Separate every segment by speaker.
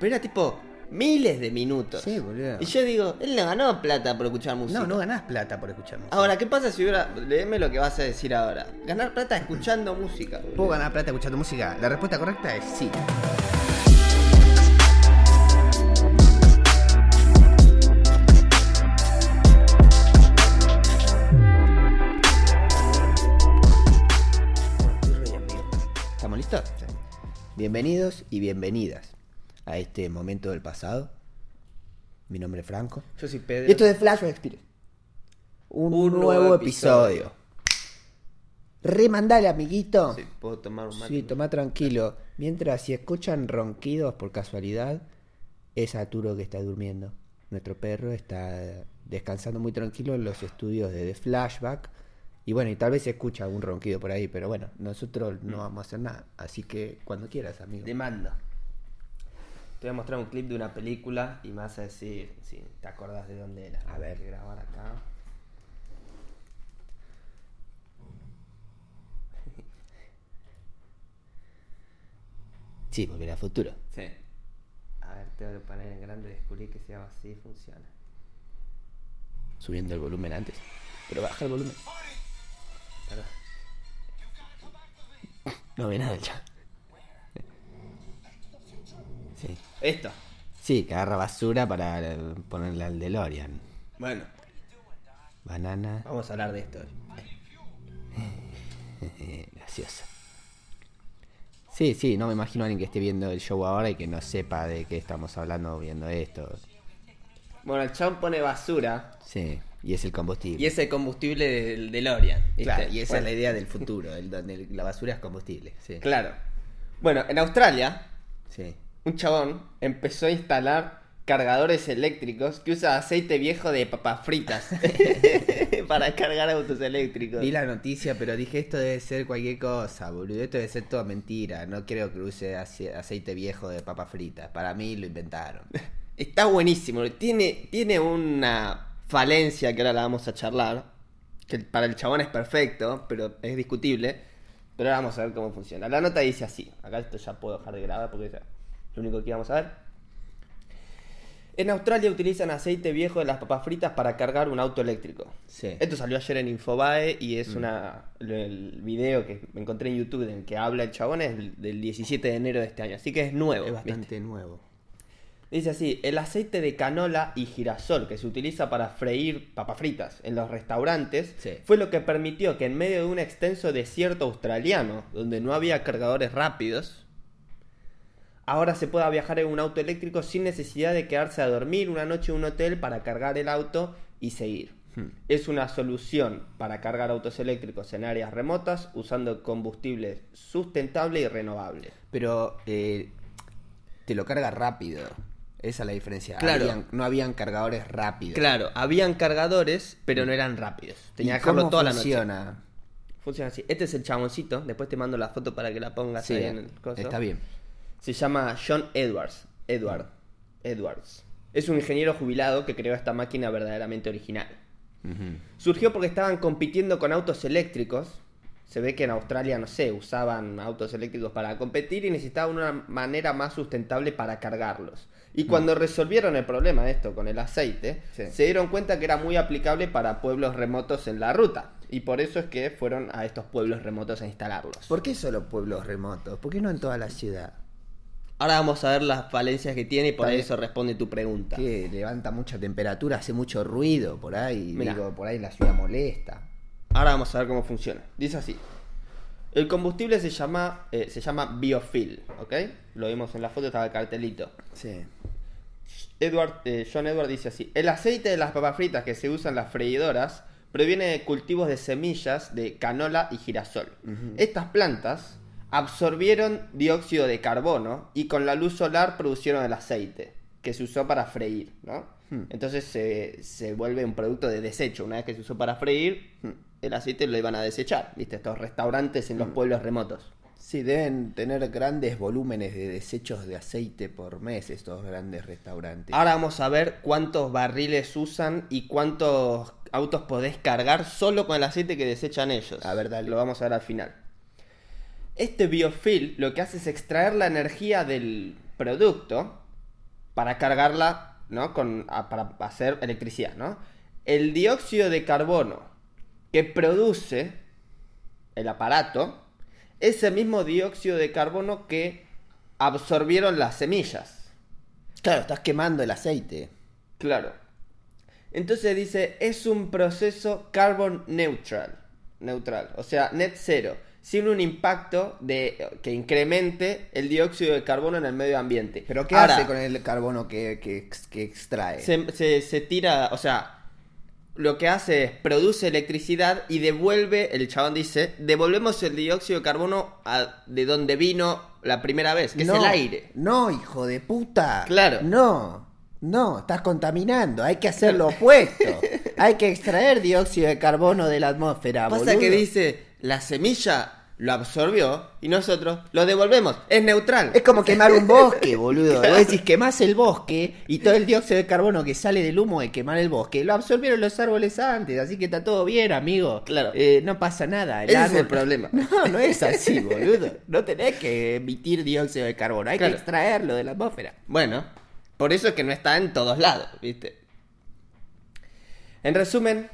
Speaker 1: Pero era tipo miles de minutos.
Speaker 2: Sí, boludo.
Speaker 1: Y yo digo, él no ganó plata por escuchar música.
Speaker 2: No, no ganás plata por escuchar música.
Speaker 1: Ahora, ¿qué pasa si hubiera. Leeme lo que vas a decir ahora. Ganar plata escuchando música. boludo.
Speaker 2: ¿Puedo ganar plata escuchando música? La respuesta correcta es sí.
Speaker 1: ¿Estamos listos? Bienvenidos y bienvenidas a este momento del pasado. Mi nombre es Franco.
Speaker 2: Yo soy Pedro.
Speaker 1: Y esto es Flash Experience. Un, nuevo episodio. Remandale, amiguito.
Speaker 2: Sí, puedo tomar un mate.
Speaker 1: Sí, tomá tranquilo. Mientras, si escuchan ronquidos por casualidad, es Arturo que está durmiendo. Nuestro perro está descansando muy tranquilo en los estudios de The Flashback. Y bueno, y tal vez se escucha algún ronquido por ahí, pero bueno, nosotros no vamos a hacer nada. Así que cuando quieras, amigo.
Speaker 2: Te mando. Te voy a mostrar un clip de una película y me vas a decir si te acordás de dónde era.
Speaker 1: A ver.
Speaker 2: Hay que grabar acá.
Speaker 1: Sí, volver al futuro.
Speaker 2: Sí. A ver, tengo que poner en grande y descubrí que se llama así funciona.
Speaker 1: Subiendo el volumen antes. Pero baja el volumen.
Speaker 2: Perdón.
Speaker 1: No ve nada ya. Sí.
Speaker 2: Esto.
Speaker 1: Sí, que agarra basura para eh, ponerle al DeLorean.
Speaker 2: Bueno,
Speaker 1: Banana.
Speaker 2: vamos a hablar de esto. hoy.
Speaker 1: Graciosa. Sí, sí, no me imagino a alguien que esté viendo el show ahora y que no sepa de qué estamos hablando viendo esto.
Speaker 2: Bueno, el chabón pone basura
Speaker 1: Sí, y es el combustible. Este,
Speaker 2: y es el combustible del DeLorean. ¿viste?
Speaker 1: Claro, y esa
Speaker 2: Bueno,
Speaker 1: es la idea del futuro, el donde el- la basura es combustible. Sí.
Speaker 2: Claro. Bueno, en Australia,
Speaker 1: Sí.
Speaker 2: un chabón empezó a instalar cargadores eléctricos que usa aceite viejo de papas fritas para cargar autos eléctricos.
Speaker 1: Vi la noticia, pero dije esto debe ser cualquier cosa, boludo. Esto debe ser toda mentira. No creo que use ace- aceite viejo de papa frita. Para mí lo inventaron.
Speaker 2: Está buenísimo. Tiene, tiene una falencia que ahora la vamos a charlar. Que para el chabón es perfecto, pero es discutible. Pero ahora vamos a ver cómo funciona. La nota dice así. Acá esto ya puedo dejar de grabar porque ya- lo único que íbamos a ver. En Australia utilizan aceite viejo de las papas fritas para cargar un auto eléctrico.
Speaker 1: Sí.
Speaker 2: Esto salió ayer en Infobae y
Speaker 1: Mm.
Speaker 2: es una el- el video que me encontré en YouTube en el que habla el chabón es del del 17 de enero de este año, así que es nuevo.
Speaker 1: Es
Speaker 2: ¿viste?
Speaker 1: bastante nuevo.
Speaker 2: Dice así, el aceite de canola y girasol que se utiliza para freír papas fritas en los restaurantes
Speaker 1: Sí.
Speaker 2: fue lo que permitió que en medio de un extenso desierto australiano, donde no había cargadores rápidos, ahora se pueda viajar en un auto eléctrico sin necesidad de quedarse a dormir una noche en un hotel para cargar el auto y seguir. Es una solución para cargar autos eléctricos en áreas remotas usando combustible sustentable y renovable.
Speaker 1: Pero eh, te lo carga rápido. Esa es la diferencia.
Speaker 2: Claro.
Speaker 1: Habían- no habían cargadores rápidos.
Speaker 2: Claro, habían cargadores, pero no eran rápidos. Tenía
Speaker 1: Mm. ¿Y
Speaker 2: que dejarlo
Speaker 1: cómo
Speaker 2: toda la
Speaker 1: funciona?
Speaker 2: noche. Funciona así. Este es el chaboncito. Después te mando la foto para que la pongas
Speaker 1: Sí, eh,
Speaker 2: ahí en el coso.
Speaker 1: está bien.
Speaker 2: Se llama John Edwards. Edward. Edwards. Es un ingeniero jubilado que creó esta máquina verdaderamente original.
Speaker 1: Ujú.
Speaker 2: Surgió porque estaban compitiendo con autos eléctricos. Se ve que en Australia, no sé, usaban autos eléctricos para competir y necesitaban una manera más sustentable para cargarlos. Y cuando resolvieron el problema de esto con el aceite,
Speaker 1: Mm. Sí.
Speaker 2: se dieron cuenta que era muy aplicable para pueblos remotos en la ruta. Y por eso es que fueron a estos pueblos remotos a instalarlos.
Speaker 1: ¿Por qué solo pueblos remotos? ¿Por qué no en toda la ciudad?
Speaker 2: Ahora vamos a ver las falencias que tiene y por
Speaker 1: Está bien.
Speaker 2: eso responde tu pregunta.
Speaker 1: Que levanta mucha temperatura, hace mucho ruido por ahí.
Speaker 2: Mirá.
Speaker 1: Digo, por ahí la ciudad molesta.
Speaker 2: Ahora vamos a ver cómo funciona. Dice así. El combustible se llama, eh, se llama biofuel, ¿ok? Lo vimos en la foto, estaba el cartelito.
Speaker 1: Sí.
Speaker 2: Edward, eh, John Edward dice así. El aceite de las papas fritas que se usa en las freidoras proviene de cultivos de semillas de canola y girasol. Estas plantas absorbieron dióxido de carbono y con la luz solar producieron el aceite que se usó para freír, ¿no? Entonces se, se vuelve un producto de desecho. Una vez que se usó para freír, el aceite lo iban a desechar, ¿viste? Estos restaurantes en los pueblos remotos.
Speaker 1: Sí, deben tener grandes volúmenes de desechos de aceite por mes estos grandes restaurantes.
Speaker 2: Ahora vamos a ver cuántos barriles usan y cuántos autos podés cargar solo con el aceite que desechan ellos.
Speaker 1: A ver, dale.
Speaker 2: Lo vamos a ver al final. Este biofuel lo que hace es extraer la energía del producto para cargarla, ¿no? Con, a- para hacer electricidad, ¿no? El dióxido de carbono que produce el aparato es el mismo dióxido de carbono que absorbieron las semillas.
Speaker 1: Claro, estás quemando el aceite.
Speaker 2: Claro. Entonces dice, es un proceso carbon neutral. Neutral, o sea, net cero, sin un impacto de, que incremente el dióxido de carbono en el medio ambiente.
Speaker 1: Pero ¿qué
Speaker 2: Ahora,
Speaker 1: hace con el carbono que, que ex- que extrae?
Speaker 2: se, se- se tira, o sea, lo que hace es produce electricidad y devuelve, el chabón dice, devolvemos el dióxido de carbono a- de donde vino la primera vez, que
Speaker 1: no,
Speaker 2: es el aire.
Speaker 1: No, hijo de puta.
Speaker 2: Claro.
Speaker 1: No, no, estás contaminando. Hay que hacer lo opuesto. Hay que extraer dióxido de carbono de la atmósfera,
Speaker 2: Pasa
Speaker 1: boludo.
Speaker 2: que dice, la semilla lo absorbió y nosotros lo devolvemos, es neutral.
Speaker 1: Es como quemar un bosque, boludo. Vos decís, quemás el bosque y todo el dióxido de carbono que sale del humo de quemar el bosque lo absorbieron los árboles antes, así que está todo bien, amigo.
Speaker 2: Claro.
Speaker 1: Eh, no pasa nada.
Speaker 2: Ese es el
Speaker 1: árbol-
Speaker 2: problema.
Speaker 1: No, no es así, boludo. No tenés que emitir dióxido de carbono, hay
Speaker 2: Claro.
Speaker 1: que extraerlo de la atmósfera.
Speaker 2: Bueno, por eso es que no está en todos lados, ¿viste? En resumen,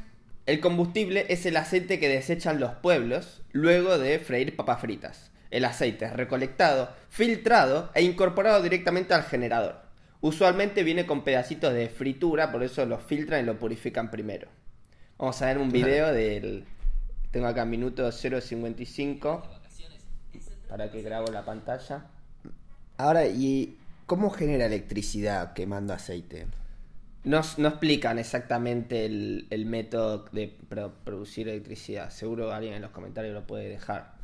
Speaker 2: el combustible es el aceite que desechan los pueblos luego de freír papas fritas. El aceite es recolectado, filtrado e incorporado directamente al generador. Usualmente viene con pedacitos de fritura, por eso lo filtran y lo purifican primero. Vamos a ver un video del... Tengo acá minuto 0.55 para que grabo la pantalla.
Speaker 1: Ahora, ¿y cómo genera electricidad quemando aceite?
Speaker 2: No, no explican exactamente el, el método de pro- producir electricidad. Seguro alguien en los comentarios lo puede dejar.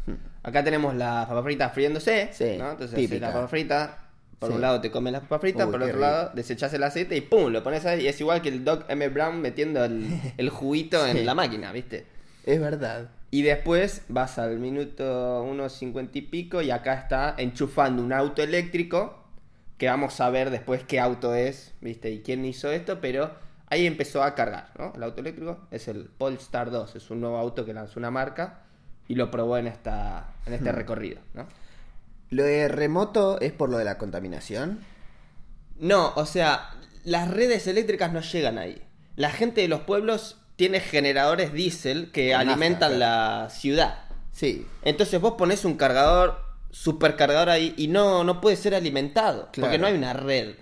Speaker 2: Acá tenemos las papas fritas friéndose.
Speaker 1: Hmm. Sí,
Speaker 2: ¿no? Entonces
Speaker 1: típica.
Speaker 2: haces las papas fritas. Por
Speaker 1: Sí.
Speaker 2: un lado te comes las papas fritas,
Speaker 1: Uy,
Speaker 2: por
Speaker 1: qué
Speaker 2: otro
Speaker 1: rico.
Speaker 2: lado desechás el aceite y ¡pum! Lo pones ahí. Y es igual que el Doc M. Brown metiendo el, el juguito
Speaker 1: Sí.
Speaker 2: en la máquina, ¿viste?
Speaker 1: Es verdad.
Speaker 2: Y después vas al minuto 1.50 y pico y acá está enchufando un auto eléctrico, que vamos a ver después qué auto es, ¿viste? Y quién hizo esto, pero ahí empezó a cargar, ¿no? El auto eléctrico es el Polestar 2, es un nuevo auto que lanzó una marca y lo probó en, esta, en este recorrido, ¿no?
Speaker 1: ¿Lo de remoto es por lo de la contaminación?
Speaker 2: No, o sea, las redes eléctricas no llegan ahí. La gente de los pueblos tiene generadores diésel que
Speaker 1: Con nafta,
Speaker 2: alimentan la ciudad.
Speaker 1: Sí.
Speaker 2: Entonces vos pones un cargador, supercargador ahí, y no, no puede ser alimentado,
Speaker 1: Claro.
Speaker 2: porque no hay una red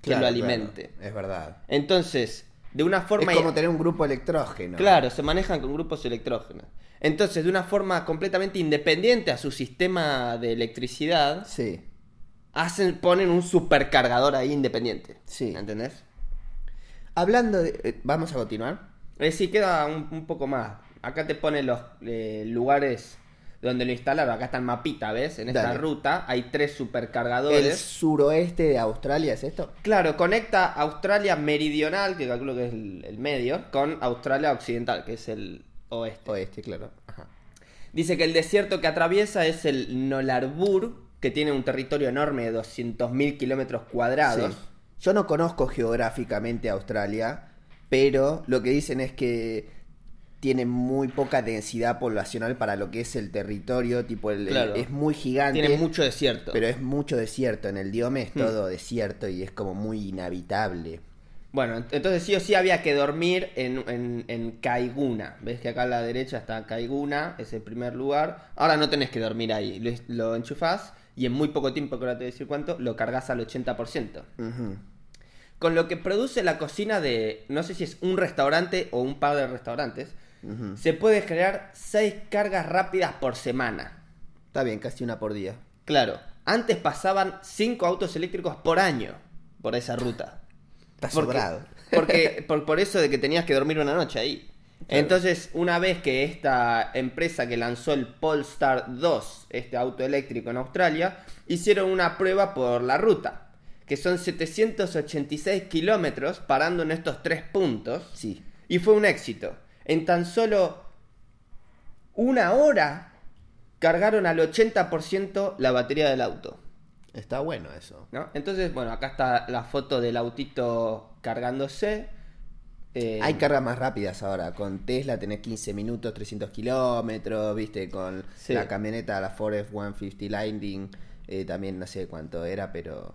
Speaker 2: que
Speaker 1: Claro,
Speaker 2: lo alimente.
Speaker 1: claro, es verdad.
Speaker 2: Entonces, de una forma...
Speaker 1: es como tener un grupo electrógeno.
Speaker 2: Claro, se manejan con grupos electrógenos. Entonces, de una forma completamente independiente a su sistema de electricidad,
Speaker 1: Sí.
Speaker 2: hacen, ponen un supercargador ahí independiente.
Speaker 1: Sí.
Speaker 2: ¿Entendés?
Speaker 1: Hablando de... eh, ¿Vamos a continuar?
Speaker 2: Eh, sí, queda un, un poco más. Acá te pone los eh, lugares donde lo instalaron. Acá está el mapita, ¿ves? En esta
Speaker 1: Dale.
Speaker 2: ruta hay tres supercargadores.
Speaker 1: ¿El suroeste de Australia es esto?
Speaker 2: Claro, conecta Australia meridional, que calculo que es el, el medio, con Australia occidental, que es el oeste.
Speaker 1: Oeste, claro. Ajá.
Speaker 2: Dice que el desierto que atraviesa es el Nolarbur, que tiene un territorio enorme de 200.000 kilómetros cuadrados.
Speaker 1: Sí. Yo no conozco geográficamente Australia, pero lo que dicen es que tiene muy poca densidad poblacional para lo que es el territorio, tipo el- el-
Speaker 2: Claro.
Speaker 1: es muy gigante.
Speaker 2: Tiene mucho desierto.
Speaker 1: Pero es mucho desierto, en el diome
Speaker 2: Mm.
Speaker 1: es todo desierto y es como muy inhabitable.
Speaker 2: Bueno, ent- entonces sí o sí había que dormir en, en, en Caiguna. ¿Ves que acá a la derecha está Caiguna? Es el primer lugar. Ahora no tenés que dormir ahí. Lo, lo enchufás y en muy poco tiempo, que ahora te voy a decir cuánto, lo cargas al 80%. Con lo que produce la cocina de, no sé si es un restaurante o un par de restaurantes,
Speaker 1: Mm.
Speaker 2: se puede generar 6 cargas rápidas por semana.
Speaker 1: Está bien, casi una por día.
Speaker 2: Claro, antes pasaban 5 autos eléctricos por año por esa ruta.
Speaker 1: Está
Speaker 2: Porque-
Speaker 1: sobrado.
Speaker 2: Porque, por, por eso de que tenías que dormir una noche ahí.
Speaker 1: Claro.
Speaker 2: Entonces, una vez que esta empresa que lanzó el Polestar 2, este auto eléctrico en Australia, hicieron una prueba por la ruta, que son 786 kilómetros parando en estos tres puntos,
Speaker 1: Sí.
Speaker 2: y fue un éxito. En tan solo una hora cargaron al 80% la batería del auto.
Speaker 1: Está bueno eso.
Speaker 2: ¿no? Entonces, bueno, acá está la foto del autito cargándose. Eh,
Speaker 1: Hay cargas más rápidas ahora. Con Tesla tenés 15 minutos, 300 kilómetros, viste, con
Speaker 2: Sí.
Speaker 1: la camioneta, la Ford F-150 Lightning, eh, también no sé cuánto era, pero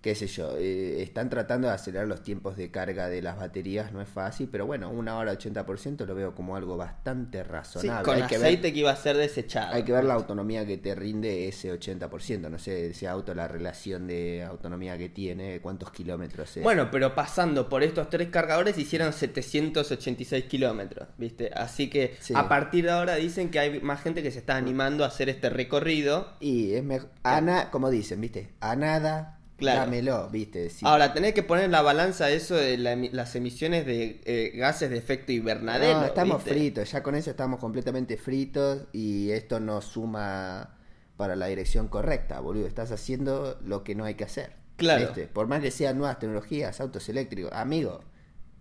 Speaker 1: qué sé yo, eh, están tratando de acelerar los tiempos de carga de las baterías, no es fácil, pero bueno, una hora 80% lo veo como algo bastante
Speaker 2: Sí,
Speaker 1: razonable.
Speaker 2: con
Speaker 1: hay, que
Speaker 2: aceite
Speaker 1: ver,
Speaker 2: que, iba a ser desechado.
Speaker 1: hay que ver la autonomía que te rinde ese 80%, no sé, ese auto, la relación de autonomía que tiene, cuántos kilómetros es.
Speaker 2: Bueno, pero pasando por estos tres cargadores hicieron 786 kilómetros, ¿viste? Así que
Speaker 1: Sí.
Speaker 2: a partir de ahora dicen que hay más gente que se está animando a hacer este recorrido.
Speaker 1: y es mejor, a na- como dicen, ¿viste? A nada,
Speaker 2: Claro.
Speaker 1: dámelo, ¿viste? Sí.
Speaker 2: Ahora, tenés que poner en la balanza eso de la emi- las emisiones de eh, gases de efecto invernadero.
Speaker 1: No, estamos
Speaker 2: ¿viste?
Speaker 1: fritos, ya con eso estamos completamente fritos y esto nos suma para la dirección correcta, boludo. Estás haciendo lo que no hay que hacer.
Speaker 2: Claro.
Speaker 1: Por más que sean nuevas tecnologías, autos eléctricos, amigo,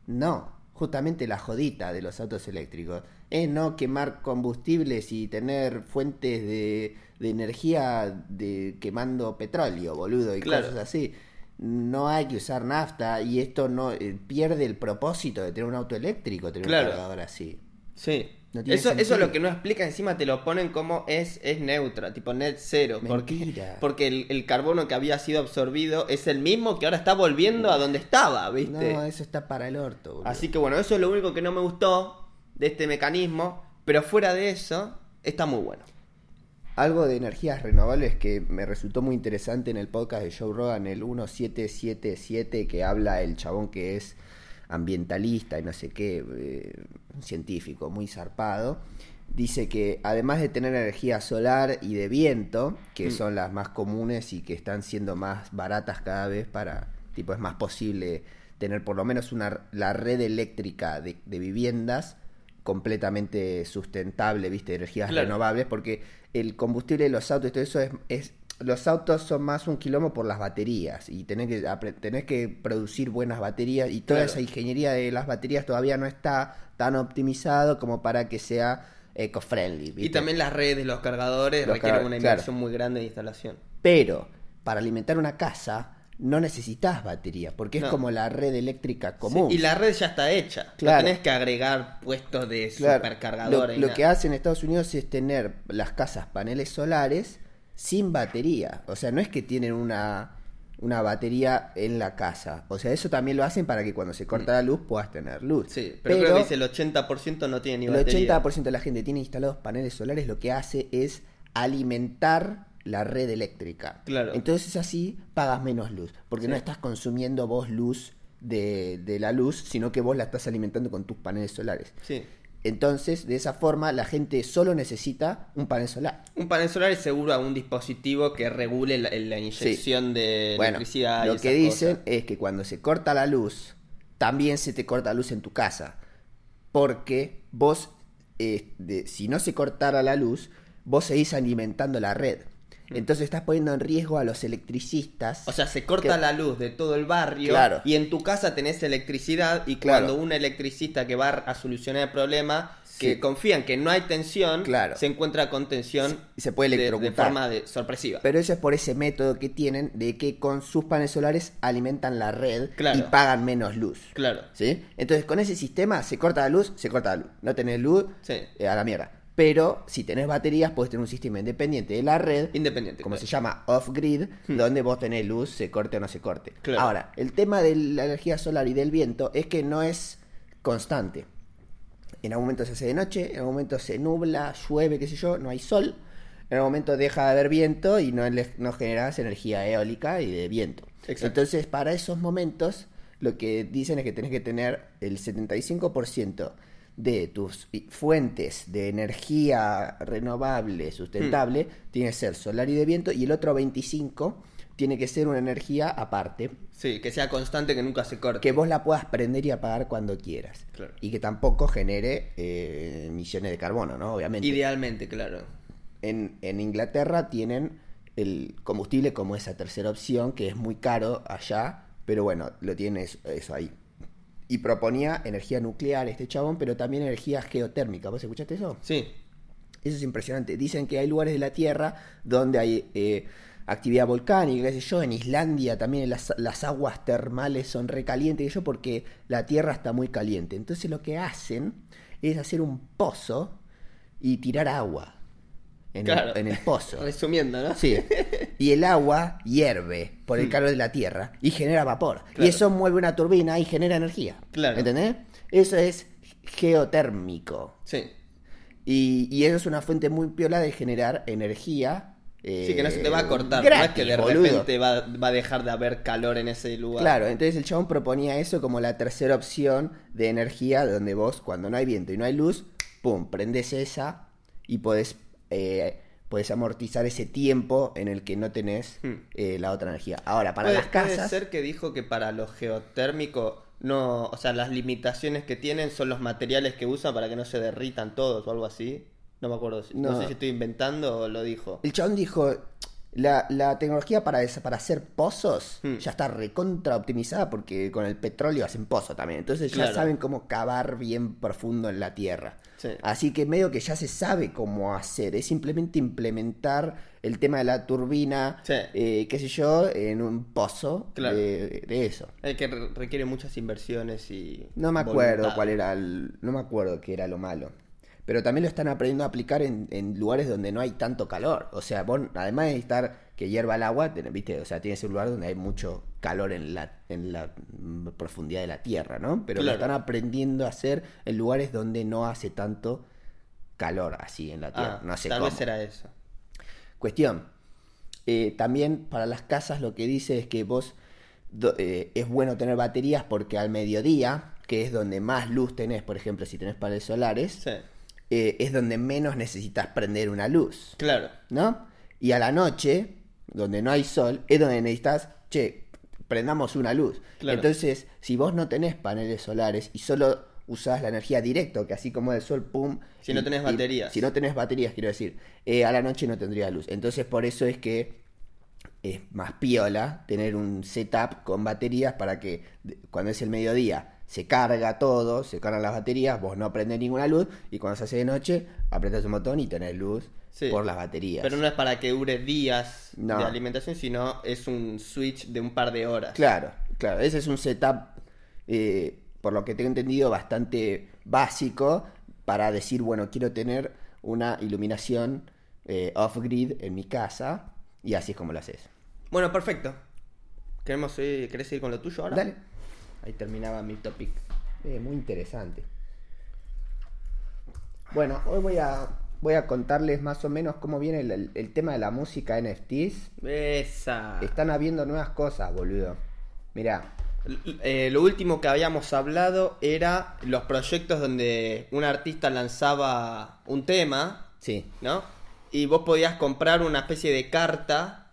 Speaker 1: no. Justamente la jodita de los autos eléctricos es no quemar combustibles y tener fuentes de, de energía de quemando petróleo, boludo, y
Speaker 2: Claro.
Speaker 1: cosas así. No hay que usar nafta y esto no eh, pierde el propósito de tener un auto eléctrico, tener
Speaker 2: Claro.
Speaker 1: un cargador así.
Speaker 2: Sí.
Speaker 1: No tiene
Speaker 2: eso, eso
Speaker 1: sentido.
Speaker 2: es lo que no explica, encima te lo ponen como es, es neutra, tipo net cero. Porque,
Speaker 1: Mentira.
Speaker 2: porque el, el carbono que había sido absorbido es el mismo que ahora está volviendo a donde estaba, ¿viste?
Speaker 1: No, eso está para el orto. boludo.
Speaker 2: Así que bueno, eso es lo único que no me gustó de este mecanismo, pero fuera de eso, está muy bueno.
Speaker 1: Algo de energías renovables que me resultó muy interesante en el podcast de Joe Rogan, el 1777, que habla el chabón que es ambientalista y no sé qué, eh, un científico muy zarpado. Dice que además de tener energía solar y de viento, que son las más comunes y que están siendo más baratas cada vez para, tipo, es más posible tener por lo menos una, la red eléctrica de, de viviendas completamente sustentable, viste, energías
Speaker 2: Claro.
Speaker 1: renovables renovables, porque el combustible de los autos y todo eso es, es- los autos son más un quilombo por las baterías y tenés que apre- tenés que producir buenas baterías y toda
Speaker 2: Claro.
Speaker 1: esa ingeniería de las baterías todavía no está tan optimizado como para que sea eco-friendly.
Speaker 2: Y
Speaker 1: ¿viste?
Speaker 2: también las redes, los cargadores
Speaker 1: Los
Speaker 2: requieren
Speaker 1: carga-
Speaker 2: una
Speaker 1: claro.
Speaker 2: inversión muy grande de instalación.
Speaker 1: Pero para alimentar una casa no necesitas batería, porque es
Speaker 2: No.
Speaker 1: como la red eléctrica común.
Speaker 2: Sí, y la red ya está hecha.
Speaker 1: Claro.
Speaker 2: No tenés que agregar puestos de
Speaker 1: Claro,
Speaker 2: supercargadores.
Speaker 1: Lo,
Speaker 2: nada.
Speaker 1: lo que hace en Estados Unidos es tener las casas paneles solares sin batería. O sea, no es que tienen una, una batería en la casa. O sea, eso también lo hacen para que cuando se corta la luz puedas tener luz.
Speaker 2: Mm. Sí, pero, creo que dice el 80% no tiene ni
Speaker 1: el
Speaker 2: batería.
Speaker 1: 80% de la gente tiene instalados paneles solares, lo que hace es alimentar la red eléctrica.
Speaker 2: Claro.
Speaker 1: Entonces así pagas menos luz, porque
Speaker 2: Sí.
Speaker 1: no estás consumiendo vos luz de, de la luz, sino que vos la estás alimentando con tus paneles solares.
Speaker 2: Sí.
Speaker 1: Entonces, de esa forma, la gente solo necesita un panel solar.
Speaker 2: Un panel solar es seguro a un dispositivo que regule la, la inyección de
Speaker 1: bueno,
Speaker 2: electricidad. y
Speaker 1: lo
Speaker 2: esas
Speaker 1: que dicen
Speaker 2: cosas.
Speaker 1: es que cuando se corta la luz, también se te corta la luz en tu casa. Porque vos, eh, de- si no se cortara la luz, vos seguís alimentando la red. Entonces estás poniendo en riesgo a los electricistas.
Speaker 2: Mm. O sea, se corta
Speaker 1: que-
Speaker 2: la luz de todo el barrio
Speaker 1: Claro.
Speaker 2: y en tu casa tenés electricidad y
Speaker 1: Claro.
Speaker 2: cuando un electricista que va a solucionar el problema,
Speaker 1: Sí.
Speaker 2: que confían que no hay tensión,
Speaker 1: Claro.
Speaker 2: se encuentra con tensión
Speaker 1: Y se puede
Speaker 2: de- de,
Speaker 1: electrocutar.
Speaker 2: forma de- sorpresiva.
Speaker 1: Pero eso es por ese método que tienen de que con sus paneles solares alimentan la red y
Speaker 2: Claro.
Speaker 1: pagan menos luz.
Speaker 2: Claro.
Speaker 1: ¿Sí? Entonces, con ese sistema se corta la luz, se corta la luz. No tenés luz,
Speaker 2: Sí.
Speaker 1: eh, a la mierda. Pero si tenés baterías, podés tener un sistema independiente de la red,
Speaker 2: Independiente.
Speaker 1: como
Speaker 2: claro.
Speaker 1: se llama off-grid, donde vos tenés luz, se corte o no se corte.
Speaker 2: Hmm. Claro.
Speaker 1: Ahora, el tema de la energía solar y del viento es que no es constante. En algún momento se hace de noche, en algún momento se nubla, llueve, qué sé yo, no hay sol. En algún momento deja de haber viento y no, le- no generas energía eólica y de viento.
Speaker 2: Exacto.
Speaker 1: Entonces, para esos momentos, lo que dicen es que tenés que tener el 75% de tus i- fuentes de energía renovable, sustentable, tiene que ser solar y de viento, y el otro 25% tiene que ser una energía aparte,
Speaker 2: Sí, que sea constante, que nunca se corte.
Speaker 1: que vos la puedas prender y apagar cuando quieras.
Speaker 2: Claro.
Speaker 1: Y que tampoco genere eh, emisiones de carbono, ¿no? Obviamente.
Speaker 2: Idealmente, claro.
Speaker 1: En, en Inglaterra tienen el combustible como esa tercera opción, que es muy caro allá, pero bueno, lo tienes eso ahí. Y proponía energía nuclear este chabón, pero también energía geotérmica. ¿Vos escuchaste eso?
Speaker 2: Sí.
Speaker 1: Eso es impresionante. Dicen que hay lugares de la Tierra donde hay eh, actividad volcánica, qué sé yo. En Islandia también las, las aguas termales son recalientes, qué sé yo, porque la Tierra está muy caliente. Entonces lo que hacen es hacer un pozo y tirar agua en,
Speaker 2: Claro.
Speaker 1: el, en el pozo.
Speaker 2: Resumiendo, ¿no?
Speaker 1: Sí. y el agua hierve por el calor de la tierra y genera vapor.
Speaker 2: Mm. Claro.
Speaker 1: Y eso mueve una turbina y genera energía.
Speaker 2: Claro.
Speaker 1: ¿Entendés? Eso es geotérmico.
Speaker 2: Sí.
Speaker 1: Y, y eso es una fuente muy piola de generar energía. eh,
Speaker 2: Sí, que no se te va a cortar. no es que de
Speaker 1: gratis, boludo.
Speaker 2: repente va, va a dejar de haber calor en ese lugar.
Speaker 1: Claro, entonces el chabón proponía eso como la tercera opción de energía, donde vos, cuando no hay viento y no hay luz, pum, prendes esa y podés, eh, podés amortizar ese tiempo en el que no tenés
Speaker 2: Hmm.
Speaker 1: eh, la otra energía. Ahora, para
Speaker 2: Puede-
Speaker 1: las casas.
Speaker 2: Puede ser que dijo que para los geotérmicos, no, o sea, las limitaciones que tienen son los materiales que usan para que no se derritan todos o algo así. No me acuerdo. si- No,
Speaker 1: No.
Speaker 2: sé si estoy inventando o lo dijo.
Speaker 1: El chabón dijo, la, la tecnología para, des- para hacer pozos
Speaker 2: Hmm.
Speaker 1: ya está recontra optimizada porque con el petróleo hacen pozo también. Entonces ya
Speaker 2: Claro.
Speaker 1: saben cómo cavar bien profundo en la tierra.
Speaker 2: Sí.
Speaker 1: Así que medio que ya se sabe cómo hacer. Es simplemente implementar el tema de la turbina,
Speaker 2: Sí.
Speaker 1: eh, qué sé yo, en un pozo
Speaker 2: Claro.
Speaker 1: de, de eso.
Speaker 2: Es que re- requiere muchas inversiones y.
Speaker 1: No me acuerdo
Speaker 2: voluntad.
Speaker 1: cuál era el- No me acuerdo qué era lo malo. Pero también lo están aprendiendo a aplicar en, en lugares donde no hay tanto calor. O sea, vos, además de estar que hierva el agua, ten- viste, o sea, tienes un lugar donde hay mucho calor en la, en la mm, profundidad de la tierra, ¿no? Pero lo
Speaker 2: Claro.
Speaker 1: están aprendiendo a hacer en lugares donde no hace tanto calor así en la tierra.
Speaker 2: Ah,
Speaker 1: no sé
Speaker 2: tal
Speaker 1: cómo.
Speaker 2: vez era eso.
Speaker 1: Cuestión. eh, también para las casas lo que dice es que vos do- eh, es bueno tener baterías porque al mediodía, que es donde más luz tenés, por ejemplo, si tenés paneles solares,
Speaker 2: Sí,
Speaker 1: eh, es donde menos necesitas prender una luz,
Speaker 2: claro.
Speaker 1: ¿no? Y a la noche, donde no hay sol, es donde necesitas, che, prendamos una luz.
Speaker 2: Claro.
Speaker 1: Entonces, si vos no tenés paneles solares y solo usás la energía directo, que así como el sol, pum.
Speaker 2: Si
Speaker 1: y-
Speaker 2: no tenés
Speaker 1: y-
Speaker 2: baterías.
Speaker 1: Si no tenés baterías, quiero decir, eh, a la noche no tendría luz. Entonces, por eso es que es más piola tener un setup con baterías para que de- cuando es el mediodía se carga todo, se cargan las baterías, vos no prendés ninguna luz y cuando se hace de noche apretás un botón y tenés luz
Speaker 2: Sí.
Speaker 1: por las baterías.
Speaker 2: Pero no es para que dure días
Speaker 1: No.
Speaker 2: de alimentación, sino es un switch de un par de horas.
Speaker 1: Claro, claro, ese es un setup, eh, por lo que tengo entendido, bastante básico para decir, bueno, quiero tener una iluminación eh, off-grid en mi casa y así es como lo haces.
Speaker 2: Bueno, perfecto. Queremos ir- ¿Querés ir con lo tuyo ahora?
Speaker 1: Dale.
Speaker 2: Ahí terminaba mi topic.
Speaker 1: Eh, muy interesante. Bueno, hoy voy a, voy a contarles más o menos cómo viene el, el tema de la música NFTs.
Speaker 2: Esa.
Speaker 1: Están habiendo nuevas cosas, boludo. Mirá,
Speaker 2: L- eh, lo último que habíamos hablado era los proyectos donde un artista lanzaba un tema,
Speaker 1: sí.
Speaker 2: ¿no? Y vos podías comprar una especie de carta.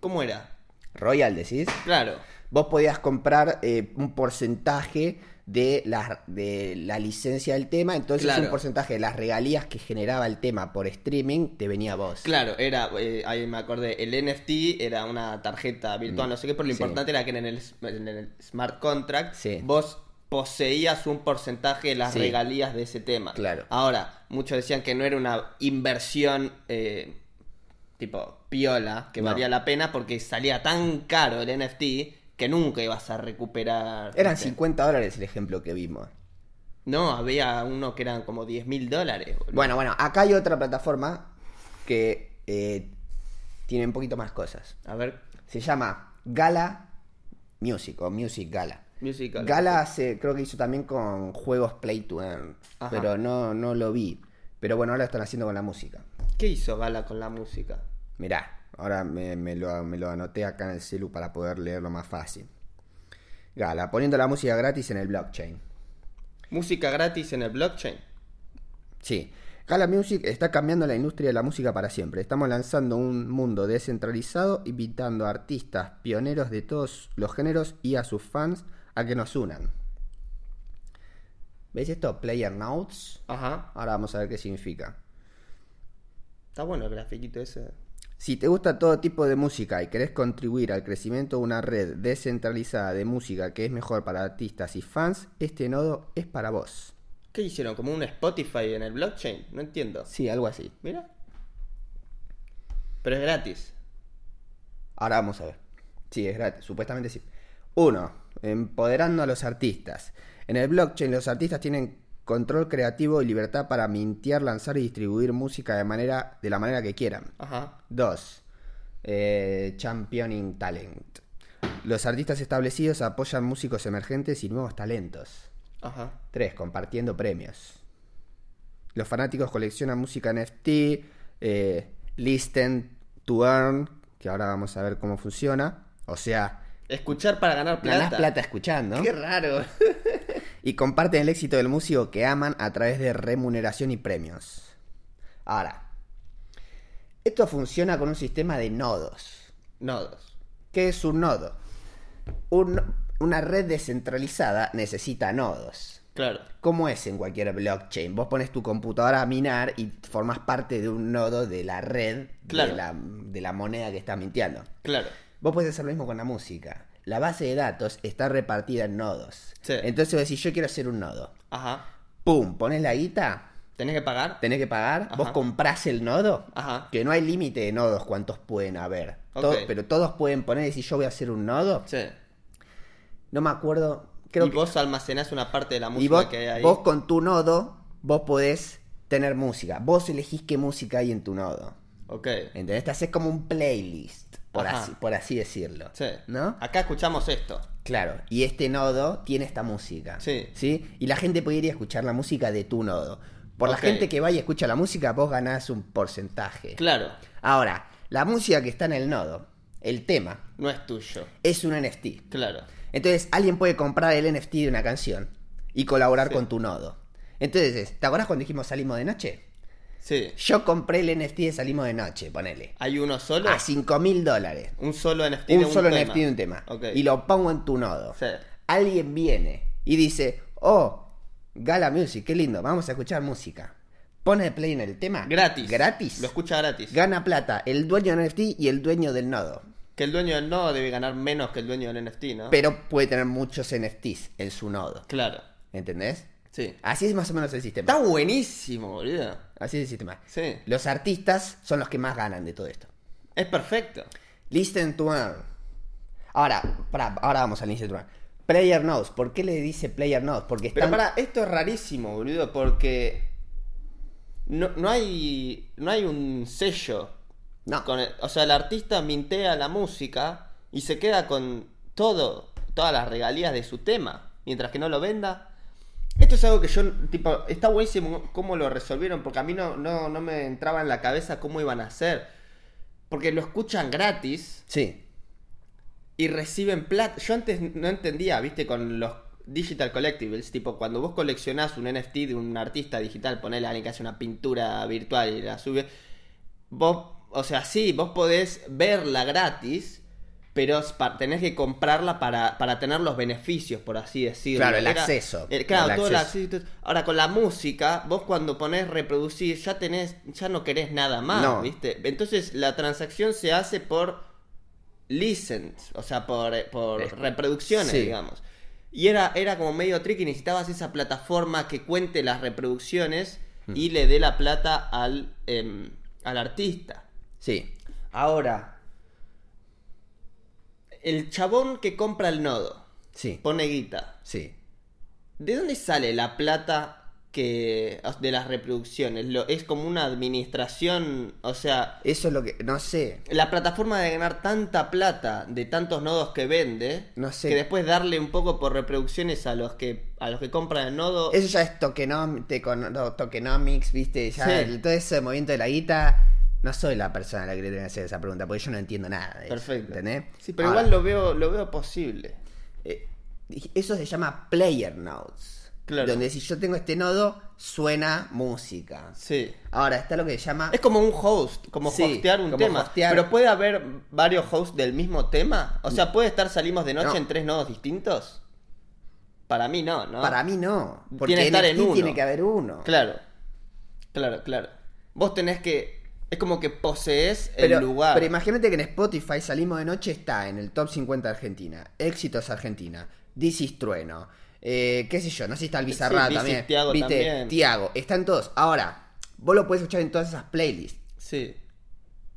Speaker 2: ¿Cómo era?
Speaker 1: Royal decís.
Speaker 2: Claro.
Speaker 1: Vos podías comprar eh, un porcentaje de la, de la licencia del tema, entonces
Speaker 2: Claro.
Speaker 1: un porcentaje de las regalías que generaba el tema por streaming te venía a vos.
Speaker 2: Claro, era, eh, ahí me acordé, el NFT era una tarjeta virtual,
Speaker 1: Mm,
Speaker 2: no sé qué, pero lo
Speaker 1: sí.
Speaker 2: importante era que en el, sm- en el smart contract
Speaker 1: Sí.
Speaker 2: vos poseías un porcentaje de las
Speaker 1: Sí.
Speaker 2: regalías de ese tema.
Speaker 1: Claro.
Speaker 2: Ahora, muchos decían que no era una inversión eh, tipo piola, que
Speaker 1: No.
Speaker 2: valía la pena porque salía tan caro el NFT que nunca ibas a recuperar.
Speaker 1: Eran
Speaker 2: no sé.
Speaker 1: 50 dólares el ejemplo que vimos.
Speaker 2: No, había uno que eran como 10 mil dólares. boludo.
Speaker 1: Bueno, bueno, acá hay otra plataforma que eh, tiene un poquito más cosas.
Speaker 2: A ver,
Speaker 1: Se llama Gala Music o Music Gala.
Speaker 2: musical.
Speaker 1: Gala hace- creo que hizo también con juegos Play to Earn,
Speaker 2: Ajá.
Speaker 1: pero no, no lo vi. Pero bueno, ahora están haciendo con la música.
Speaker 2: ¿Qué hizo Gala con la música?
Speaker 1: Mirá, ahora me, me lo, me lo anoté acá en el celu para poder leerlo más fácil. Gala, poniendo la música gratis en el blockchain.
Speaker 2: Música gratis en el blockchain.
Speaker 1: Sí. Gala Music está cambiando la industria de la música para siempre. Estamos lanzando un mundo descentralizado, invitando a artistas pioneros de todos los géneros y a sus fans a que nos unan. ¿Ves esto? Player Notes.
Speaker 2: Ajá.
Speaker 1: Ahora vamos a ver qué significa.
Speaker 2: Está bueno el grafiquito ese.
Speaker 1: Si te gusta todo tipo de música y querés contribuir al crecimiento de una red descentralizada de música que es mejor para artistas y fans, este nodo es para vos.
Speaker 2: ¿Qué hicieron? ¿Como un Spotify en el blockchain? No entiendo.
Speaker 1: Sí, algo así.
Speaker 2: Mira. Pero es gratis.
Speaker 1: Ahora vamos a ver. Sí, es gratis, supuestamente sí. 1. Empoderando a los artistas. En el blockchain los artistas tienen control creativo y libertad para mintear, lanzar y distribuir música de manera de la manera que quieran.
Speaker 2: Ajá.
Speaker 1: 2. eh, Championing Talent. Los artistas establecidos apoyan músicos emergentes y nuevos talentos.
Speaker 2: Ajá.
Speaker 1: 3. Compartiendo premios. Los fanáticos coleccionan música NFT, eh, Listen to Earn, que ahora vamos a ver cómo funciona. O sea,
Speaker 2: Escuchar para ganar plata.
Speaker 1: ganás plata escuchando.
Speaker 2: Qué raro.
Speaker 1: Y comparten el éxito del músico que aman a través de remuneración y premios. Ahora, esto funciona con un sistema de nodos.
Speaker 2: Nodos.
Speaker 1: ¿Qué es un nodo? Un- una red descentralizada necesita nodos.
Speaker 2: Claro.
Speaker 1: ¿Cómo es en cualquier blockchain? Vos pones tu computadora a minar y formas parte de un nodo de la red
Speaker 2: Claro.
Speaker 1: de, la, de la moneda que está mintiendo.
Speaker 2: Claro.
Speaker 1: Vos podés hacer lo mismo con la música. La base de datos está repartida en nodos.
Speaker 2: Sí.
Speaker 1: Entonces vos decís, yo quiero hacer un nodo.
Speaker 2: Ajá.
Speaker 1: Pum, pones la guita,
Speaker 2: ¿Tenés que pagar?
Speaker 1: tenés que pagar,
Speaker 2: Ajá.
Speaker 1: vos comprás el nodo,
Speaker 2: Ajá.
Speaker 1: que no hay límite de nodos cuántos pueden haber.
Speaker 2: Ok.
Speaker 1: To- pero todos pueden poner y decir, yo voy a hacer un nodo.
Speaker 2: Sí.
Speaker 1: No me acuerdo, creo
Speaker 2: y
Speaker 1: que...
Speaker 2: vos almacenás una parte de la música
Speaker 1: y vos,
Speaker 2: que hay ahí.
Speaker 1: vos con tu nodo, vos podés tener música. Vos elegís qué música hay en tu nodo.
Speaker 2: Ok.
Speaker 1: ¿Entendés? Te haces como un playlist, por,
Speaker 2: Ajá.
Speaker 1: así, por así decirlo.
Speaker 2: Sí.
Speaker 1: ¿No?
Speaker 2: Acá escuchamos esto.
Speaker 1: Claro. Y este nodo tiene esta música.
Speaker 2: Sí.
Speaker 1: Y la gente puede ir a escuchar la música de tu nodo. Por la
Speaker 2: Ok.
Speaker 1: gente que va y escucha la música, vos ganás un porcentaje.
Speaker 2: Claro.
Speaker 1: Ahora, la música que está en el nodo, el tema,
Speaker 2: No es tuyo.
Speaker 1: es un NFT.
Speaker 2: Claro.
Speaker 1: Entonces, alguien puede comprar el NFT de una canción y colaborar
Speaker 2: Sí.
Speaker 1: con tu nodo. Entonces, ¿te acordás cuando dijimos salimos de noche?
Speaker 2: Sí.
Speaker 1: Yo compré el NFT de salimos de noche, ponele.
Speaker 2: ¿Hay uno solo?
Speaker 1: A 5 mil dólares.
Speaker 2: Un solo NFT de
Speaker 1: Un
Speaker 2: un
Speaker 1: solo
Speaker 2: tema.
Speaker 1: NFT de un tema.
Speaker 2: Ok.
Speaker 1: Y lo pongo en tu nodo.
Speaker 2: Sí.
Speaker 1: Alguien viene y dice, oh, Gala Music, qué lindo, vamos a escuchar música. Pone play en el tema.
Speaker 2: Gratis.
Speaker 1: Gratis.
Speaker 2: Lo escucha gratis.
Speaker 1: Gana plata el dueño del NFT y el dueño del nodo.
Speaker 2: que el dueño del nodo debe ganar menos que el dueño del NFT, ¿no?
Speaker 1: Pero puede tener muchos NFTs en su nodo.
Speaker 2: Claro.
Speaker 1: ¿Entendés?
Speaker 2: Sí.
Speaker 1: Así es más o menos el sistema.
Speaker 2: Está buenísimo, boludo.
Speaker 1: Así es el sistema.
Speaker 2: Sí.
Speaker 1: Los artistas son los que más ganan de todo esto.
Speaker 2: Es perfecto.
Speaker 1: Listen to Earn. Ahora, pará, ahora vamos al Listen to Earn. Player Knows. ¿Por qué le dice Player Knows? Porque
Speaker 2: Pero
Speaker 1: están...
Speaker 2: para, esto es rarísimo, boludo, porque no, no hay no hay un sello.
Speaker 1: No.
Speaker 2: Con el- o sea, el artista mintea la música y se queda con todo, todas las regalías de su tema, mientras que no lo venda. Esto es algo que yo, tipo, está buenísimo cómo lo resolvieron, porque a mí no, no, no me entraba en la cabeza cómo iban a hacer. Porque lo escuchan gratis,
Speaker 1: Sí.
Speaker 2: y reciben plata. Yo antes no entendía, viste, con los digital collectibles, tipo cuando vos coleccionás un NFT de un artista digital, ponele a alguien que hace una pintura virtual y la sube, vos, o sea, sí, vos podés verla gratis, pero es pa- tenés que comprarla para, para tener los beneficios, por así decirlo.
Speaker 1: Claro, el acceso.
Speaker 2: eh, claro,
Speaker 1: El
Speaker 2: todo el
Speaker 1: acceso.
Speaker 2: acceso. Ahora, con la música, vos cuando ponés reproducir, ya tenés, ya no querés nada más,
Speaker 1: No.
Speaker 2: viste. Entonces, la transacción se hace por listens, o sea, por, eh, por
Speaker 1: Es-
Speaker 2: reproducciones,
Speaker 1: sí.
Speaker 2: digamos. Y era, era como medio tricky, necesitabas esa plataforma que cuente las reproducciones y
Speaker 1: Hmm.
Speaker 2: le dé la plata al, em, al artista.
Speaker 1: Sí.
Speaker 2: Ahora, el chabón que compra el nodo,
Speaker 1: Sí.
Speaker 2: pone guita.
Speaker 1: Sí.
Speaker 2: ¿De dónde sale la plata que de las reproducciones? Lo, es como una administración, o sea,
Speaker 1: Eso es lo que... No sé.
Speaker 2: la plataforma de ganar tanta plata de tantos nodos que vende,
Speaker 1: No sé.
Speaker 2: que después darle un poco por reproducciones a los que a los que compran el nodo.
Speaker 1: Eso ya es tokenom- tecono- no, tokenomics, viste, ya
Speaker 2: Sí.
Speaker 1: el- todo ese movimiento de la guita. No soy la persona a la que le tengo que hacer esa pregunta, porque yo no entiendo nada. de eso,
Speaker 2: Perfecto.
Speaker 1: ¿Entendés? Ah.
Speaker 2: Sí, pero
Speaker 1: Ahora,
Speaker 2: igual lo veo lo veo posible.
Speaker 1: eh, eso se llama player nodes.
Speaker 2: Claro.
Speaker 1: Donde si yo tengo este nodo, suena música.
Speaker 2: Sí.
Speaker 1: Ahora está lo que se llama.
Speaker 2: Es como un host, como
Speaker 1: Ah. Sí,
Speaker 2: hostear un
Speaker 1: como
Speaker 2: tema.
Speaker 1: hostear. Mm.
Speaker 2: Pero puede haber varios hosts del mismo tema. O sea, puede estar salimos de noche
Speaker 1: No.
Speaker 2: en tres nodos distintos. Para mí no, ¿no?
Speaker 1: Para mí no.
Speaker 2: Tiene
Speaker 1: Porque
Speaker 2: que estar
Speaker 1: NFT
Speaker 2: en uno.
Speaker 1: tiene que haber uno.
Speaker 2: Claro. Claro, claro. Vos tenés que. Es como que posees
Speaker 1: Pero,
Speaker 2: el lugar.
Speaker 1: pero imagínate que en Spotify salimos de noche está en el top 50 de Argentina. Éxitos Argentina. This is Trueno. Eh, qué sé yo, no sé si está el
Speaker 2: Sí,
Speaker 1: Bizarra
Speaker 2: This is
Speaker 1: también.
Speaker 2: Tiago
Speaker 1: Viste,
Speaker 2: también.
Speaker 1: Tiago. Están todos. Ahora, vos lo puedes escuchar en todas esas playlists.
Speaker 2: Sí.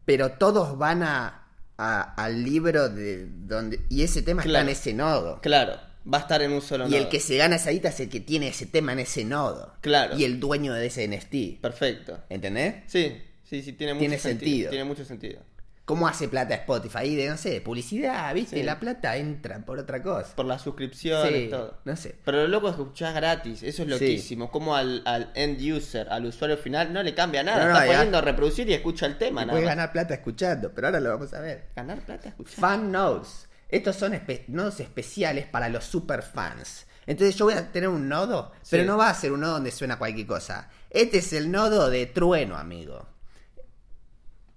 Speaker 1: Pero todos van a, a- al libro de donde. Y ese tema
Speaker 2: Claro.
Speaker 1: está en ese nodo.
Speaker 2: Claro, va a estar en un solo
Speaker 1: y
Speaker 2: nodo.
Speaker 1: el que se gana esa guita es el que tiene ese tema en ese nodo.
Speaker 2: Claro.
Speaker 1: Y el dueño de ese NFT.
Speaker 2: Perfecto.
Speaker 1: ¿Entendés?
Speaker 2: Sí, sí, sí, tiene mucho
Speaker 1: Tiene
Speaker 2: sentido.
Speaker 1: sentido.
Speaker 2: Tiene mucho sentido.
Speaker 1: ¿Cómo hace plata Spotify? Ahí de, no sé, de publicidad, ¿viste?
Speaker 2: Sí.
Speaker 1: La plata entra por otra cosa.
Speaker 2: Por las suscripciones,
Speaker 1: Sí,
Speaker 2: todo.
Speaker 1: no sé.
Speaker 2: Pero lo loco es que escuchás gratis, eso es
Speaker 1: Sí.
Speaker 2: loquísimo. Como al, al end user, al usuario final, no le cambia nada.
Speaker 1: No, no,
Speaker 2: Está
Speaker 1: ya.
Speaker 2: poniendo a reproducir y escucha el tema,
Speaker 1: Y
Speaker 2: nada
Speaker 1: puedes
Speaker 2: más.
Speaker 1: ganar plata escuchando, pero ahora lo vamos a ver.
Speaker 2: Ganar plata, escuchá.
Speaker 1: Fan nodes. Estos son espe- nodos especiales para los super fans. Entonces yo voy a tener un nodo, pero
Speaker 2: Sí.
Speaker 1: no va a ser un nodo donde suena cualquier cosa. Este es el nodo de trueno, amigo.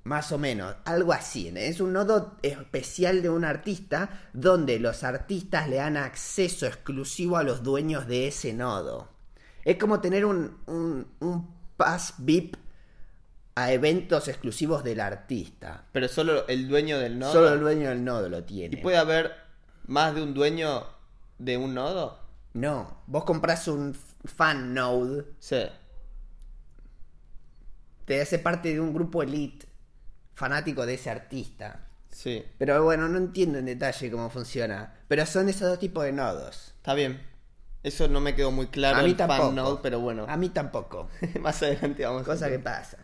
Speaker 1: Más o menos, algo así. Es un nodo especial de un artista donde los artistas le dan acceso exclusivo a los dueños de ese nodo. Es como tener un, un, un pass VIP a eventos exclusivos del artista.
Speaker 2: Pero solo el dueño del nodo.
Speaker 1: Solo el dueño del nodo lo tiene.
Speaker 2: ¿Y puede haber más de un dueño de un nodo?
Speaker 1: No, vos compras un f- fan node,
Speaker 2: Sí.
Speaker 1: te hace parte de un grupo elite, fanático de ese artista.
Speaker 2: Sí.
Speaker 1: Pero bueno, no entiendo en detalle cómo funciona. Pero son esos dos tipos de nodos.
Speaker 2: Está bien. Eso no me quedó muy claro.
Speaker 1: a mí
Speaker 2: el fan
Speaker 1: tampoco.
Speaker 2: node, pero bueno.
Speaker 1: A mí tampoco.
Speaker 2: Más adelante vamos a
Speaker 1: Cosa que
Speaker 2: ver.
Speaker 1: pasa.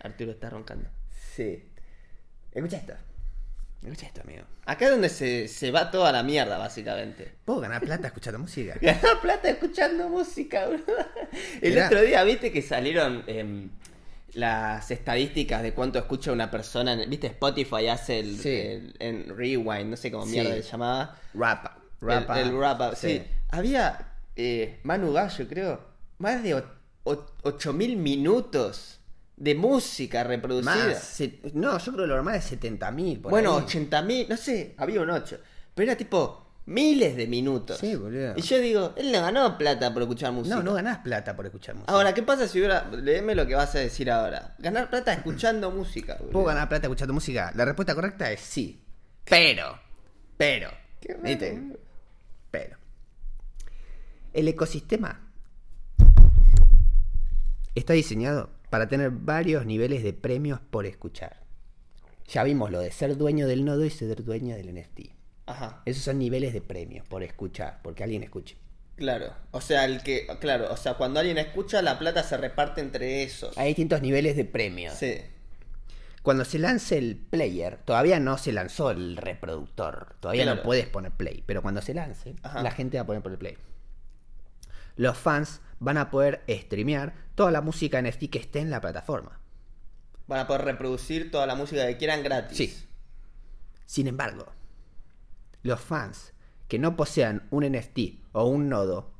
Speaker 2: Arturo está roncando.
Speaker 1: Sí. Escucha esto. Escucha esto, amigo.
Speaker 2: Acá es donde se, se va toda la mierda, básicamente.
Speaker 1: Puedo ganar plata escuchando música.
Speaker 2: Ganar plata escuchando música, bro. El
Speaker 1: Mirá.
Speaker 2: otro día, viste que salieron em, las estadísticas de cuánto escucha una persona. en el- Viste, Spotify hace el,
Speaker 1: Sí.
Speaker 2: el- en Rewind, no sé cómo
Speaker 1: Sí.
Speaker 2: mierda se llamaba.
Speaker 1: Rap.
Speaker 2: El-
Speaker 1: Rap.
Speaker 2: El, wrap up, sí. Había eh, Manu Gallo, creo, más de 8000 minutos de música reproducida.
Speaker 1: Más. se- No, yo creo que lo normal es 70.000. por
Speaker 2: bueno,
Speaker 1: ahí.
Speaker 2: 80.000, no sé, había un 8, pero era tipo miles de minutos.
Speaker 1: Sí, boludo.
Speaker 2: Y yo digo, él no ganó plata por escuchar música.
Speaker 1: No, no ganás plata por escuchar música.
Speaker 2: Ahora, ¿qué pasa si hubiera. Léeme lo que vas a decir ahora. Ganar plata escuchando música, boludo.
Speaker 1: ¿Puedo ganar plata escuchando música? La respuesta correcta es sí. Pero, pero,
Speaker 2: Qué raro,
Speaker 1: ¿viste?
Speaker 2: boludo.
Speaker 1: Pero. El ecosistema está diseñado para tener varios niveles de premios por escuchar. Ya vimos lo de ser dueño del nodo y ser dueño del NFT.
Speaker 2: Ajá.
Speaker 1: Esos son niveles de premios por escuchar, porque alguien escuche.
Speaker 2: Claro. O sea, el que. Claro, o sea, cuando alguien escucha, la plata se reparte entre esos.
Speaker 1: Hay distintos niveles de premios.
Speaker 2: Sí.
Speaker 1: Cuando se lance el player, todavía no se lanzó el reproductor. Todavía no
Speaker 2: Claro.
Speaker 1: puedes poner play. Pero cuando se lance,
Speaker 2: Ajá.
Speaker 1: la gente va a poner por el play. Los fans van a poder streamear toda la música NFT que esté en la plataforma.
Speaker 2: Van a poder reproducir toda la música que quieran gratis.
Speaker 1: Sí. Sin embargo, los fans que no posean un NFT o un nodo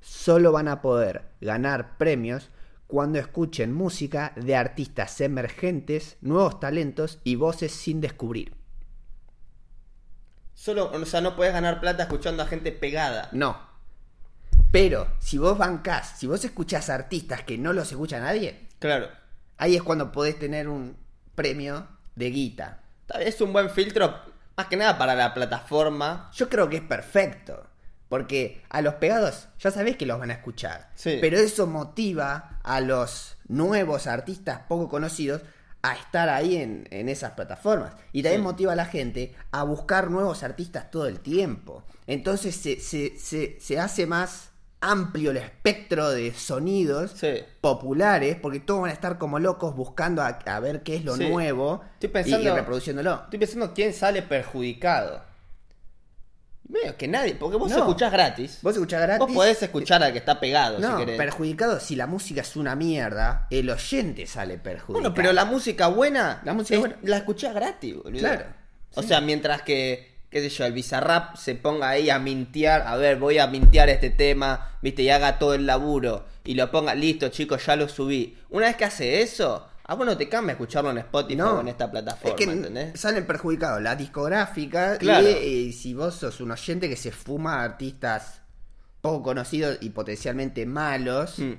Speaker 1: solo van a poder ganar premios cuando escuchen música de artistas emergentes, nuevos talentos y voces sin descubrir.
Speaker 2: Solo, o sea, no puedes ganar plata escuchando a gente pegada.
Speaker 1: No. Pero si vos bancás, si vos escuchás artistas que no los escucha nadie,
Speaker 2: Claro.
Speaker 1: ahí es cuando podés tener un premio de guita.
Speaker 2: Está bien, Es un buen filtro, más que nada para la plataforma.
Speaker 1: Yo creo que es perfecto. Porque a los pegados ya sabés que los van a escuchar.
Speaker 2: Sí.
Speaker 1: Pero eso motiva a los nuevos artistas poco conocidos a estar ahí en, en esas plataformas. Y también
Speaker 2: Sí.
Speaker 1: motiva a la gente a buscar nuevos artistas todo el tiempo. Entonces se, se- se- se hace más amplio el espectro de sonidos
Speaker 2: Sí.
Speaker 1: populares, porque todos van a estar como locos buscando a, a ver qué es lo
Speaker 2: Sí.
Speaker 1: nuevo
Speaker 2: Estoy
Speaker 1: y- y,
Speaker 2: pensando-
Speaker 1: reproduciéndolo.
Speaker 2: Estoy pensando quién sale perjudicado. Medio que nadie, porque vos
Speaker 1: No.
Speaker 2: escuchás gratis.
Speaker 1: Vos escuchás gratis.
Speaker 2: Vos podés escuchar al que está pegado,
Speaker 1: No,
Speaker 2: si querés.
Speaker 1: perjudicado si la música es una mierda, el oyente sale perjudicado.
Speaker 2: Bueno, pero la música buena,
Speaker 1: La música
Speaker 2: es-
Speaker 1: buena.
Speaker 2: la escuchás gratis, boludo.
Speaker 1: Claro,
Speaker 2: O sea, mientras que, qué sé yo, el Bizarrap se ponga ahí a mintear, a ver, voy a mintear este tema, viste, y haga todo el laburo, y lo ponga, listo, chicos, ya lo subí. Una vez que hace eso, a vos no te cambia escucharlo en Spotify
Speaker 1: No.
Speaker 2: o en esta plataforma,
Speaker 1: es que
Speaker 2: ¿entendés?
Speaker 1: salen perjudicados la discográfica y-
Speaker 2: Claro.
Speaker 1: y, si vos sos un oyente que se fuma a artistas poco conocidos y potencialmente malos,
Speaker 2: Mm.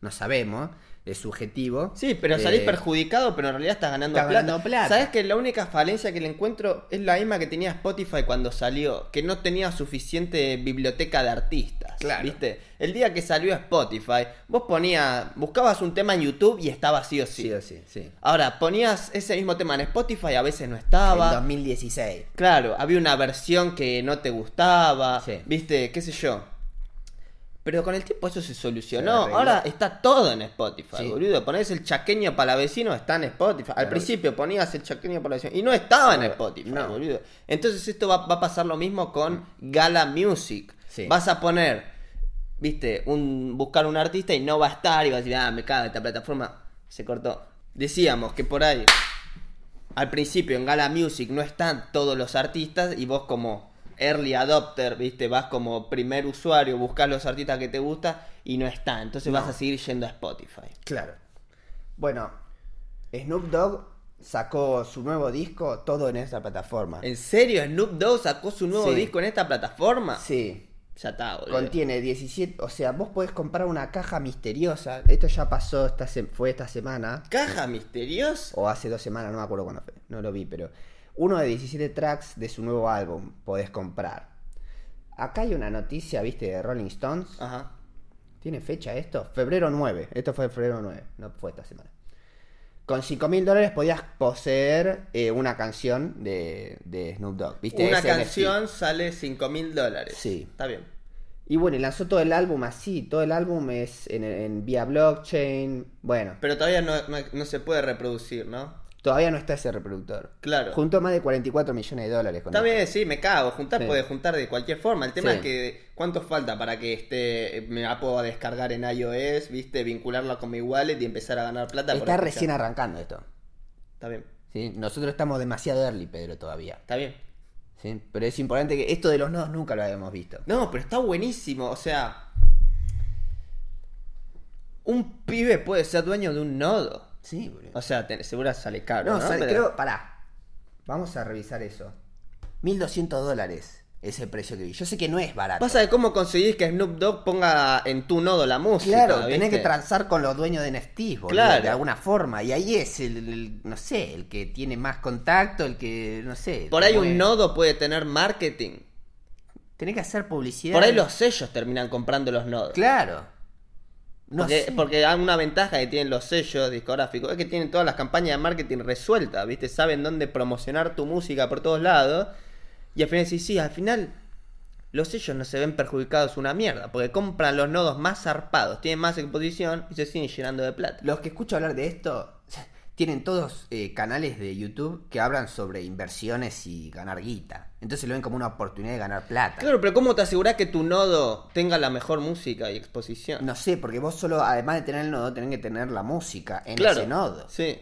Speaker 1: no sabemos, es subjetivo.
Speaker 2: Sí, pero salís
Speaker 1: Eh,
Speaker 2: perjudicado, pero en realidad estás ganando
Speaker 1: estás
Speaker 2: plata.
Speaker 1: ganando plata.
Speaker 2: Sabes que la única falencia que le encuentro es la misma que tenía Spotify cuando salió, que no tenía suficiente biblioteca de artistas.
Speaker 1: Claro.
Speaker 2: ¿Viste? El día que salió Spotify, vos ponías, buscabas un tema en YouTube y estaba sí o sí.
Speaker 1: Sí o sí, sí.
Speaker 2: Ahora, ponías ese mismo tema en Spotify, a veces no
Speaker 1: En
Speaker 2: estaba.
Speaker 1: 2016.
Speaker 2: Claro, había una versión que no te gustaba.
Speaker 1: Sí.
Speaker 2: ¿Viste? ¿Qué sé yo? Pero con el tiempo eso se solucionó.
Speaker 1: Se arregló.
Speaker 2: Ahora está todo en Spotify,
Speaker 1: Sí.
Speaker 2: boludo. Ponés el chaqueño para vecino, está en Spotify. Al
Speaker 1: Claro.
Speaker 2: principio ponías el chaqueño para vecino y no estaba en Spotify,
Speaker 1: no. Mm.
Speaker 2: boludo. Entonces esto va, va a pasar lo mismo con Gala Music.
Speaker 1: Sí.
Speaker 2: Vas a poner, viste, un buscar un artista y no va a estar y vas a decir, ah, me caga esta plataforma. Se cortó. Decíamos que por ahí al principio en Gala Music no están todos los artistas y vos como early adopter, viste, vas como primer usuario, buscas los artistas que te gustan y no están. Entonces vas a seguir yendo a Spotify.
Speaker 1: Claro. Bueno, Snoop Dogg sacó su nuevo disco todo en esa plataforma.
Speaker 2: ¿En serio? ¿Snoop Dogg sacó su nuevo
Speaker 1: Sí.
Speaker 2: disco en esta plataforma?
Speaker 1: Sí.
Speaker 2: Ya está, boludo.
Speaker 1: Contiene 17, o sea, vos podés comprar una caja misteriosa. Esto ya pasó, esta se- fue esta semana.
Speaker 2: Caja misteriosa.
Speaker 1: o hace dos semanas, no me acuerdo cuándo fue, no lo vi, pero uno de 17 tracks de su nuevo álbum podés comprar. Acá hay una noticia, viste, de Rolling Stones.
Speaker 2: Ajá.
Speaker 1: ¿Tiene fecha esto? Febrero 9. Esto fue febrero 9, no fue esta semana. Con 5 mil dólares podías poseer eh, una canción de, de Snoop Dogg, viste.
Speaker 2: Una
Speaker 1: Ese NFT.
Speaker 2: canción sale 5 mil dólares.
Speaker 1: Sí.
Speaker 2: Está bien.
Speaker 1: Y bueno, y lanzó todo el álbum así, todo el álbum es en, en vía blockchain. Bueno,
Speaker 2: Pero todavía no, no- no se puede reproducir, ¿no?
Speaker 1: todavía no está ese reproductor.
Speaker 2: Claro.
Speaker 1: Juntó más de 44 millones de dólares con
Speaker 2: Está
Speaker 1: esto.
Speaker 2: bien, sí, me cago. Juntar
Speaker 1: Sí.
Speaker 2: puede juntar de cualquier forma. El tema
Speaker 1: Sí.
Speaker 2: es que cuánto falta para que esté, me la puedo descargar en iOS, viste, vincularla con mi wallet y empezar a ganar plata. por
Speaker 1: Está
Speaker 2: escuchar.
Speaker 1: recién arrancando esto.
Speaker 2: Está bien,
Speaker 1: ¿sí? Nosotros estamos demasiado early, Pedro, todavía.
Speaker 2: está bien.
Speaker 1: ¿sí? Pero es importante que esto de los nodos nunca lo habíamos visto.
Speaker 2: No, pero está buenísimo. O sea, un pibe puede ser dueño de un nodo.
Speaker 1: Sí, boludo.
Speaker 2: O sea, te- seguro sale caro.
Speaker 1: no,
Speaker 2: Ah, No,
Speaker 1: sale-
Speaker 2: Pero-
Speaker 1: creo, pará. Vamos a revisar eso. 1200 dólares es el precio que vi. Yo sé que no es barato.
Speaker 2: Pasa de cómo conseguís que Snoop Dogg ponga en tu nodo la música.
Speaker 1: claro, tenés
Speaker 2: ¿viste?
Speaker 1: que transar con los dueños de NFTs, boludo,
Speaker 2: Claro.
Speaker 1: de alguna forma. Y ahí es el, el- no sé, el que tiene más contacto, el que, no sé.
Speaker 2: Por ahí
Speaker 1: como
Speaker 2: un
Speaker 1: es.
Speaker 2: nodo puede tener marketing.
Speaker 1: Tenés que hacer publicidad.
Speaker 2: Por ahí los sellos terminan comprando los nodos.
Speaker 1: Claro. No
Speaker 2: porque,
Speaker 1: sé.
Speaker 2: porque hay una ventaja que tienen los sellos discográficos es que tienen todas las campañas de marketing resueltas, ¿viste? Saben dónde promocionar tu música por todos lados. Y al final sí, sí, al final los sellos no se ven perjudicados una mierda, porque compran los nodos más zarpados, tienen más exposición y se siguen llenando de plata.
Speaker 1: Los que escucho hablar de esto tienen todos eh, canales de YouTube que hablan sobre inversiones y ganar guita. Entonces lo ven como una oportunidad de ganar plata.
Speaker 2: Claro, pero ¿cómo te asegurás que tu nodo tenga la mejor música y exposición?
Speaker 1: No sé, porque vos solo, además de tener el nodo, tenés que tener la música en
Speaker 2: claro.
Speaker 1: ese nodo.
Speaker 2: Sí.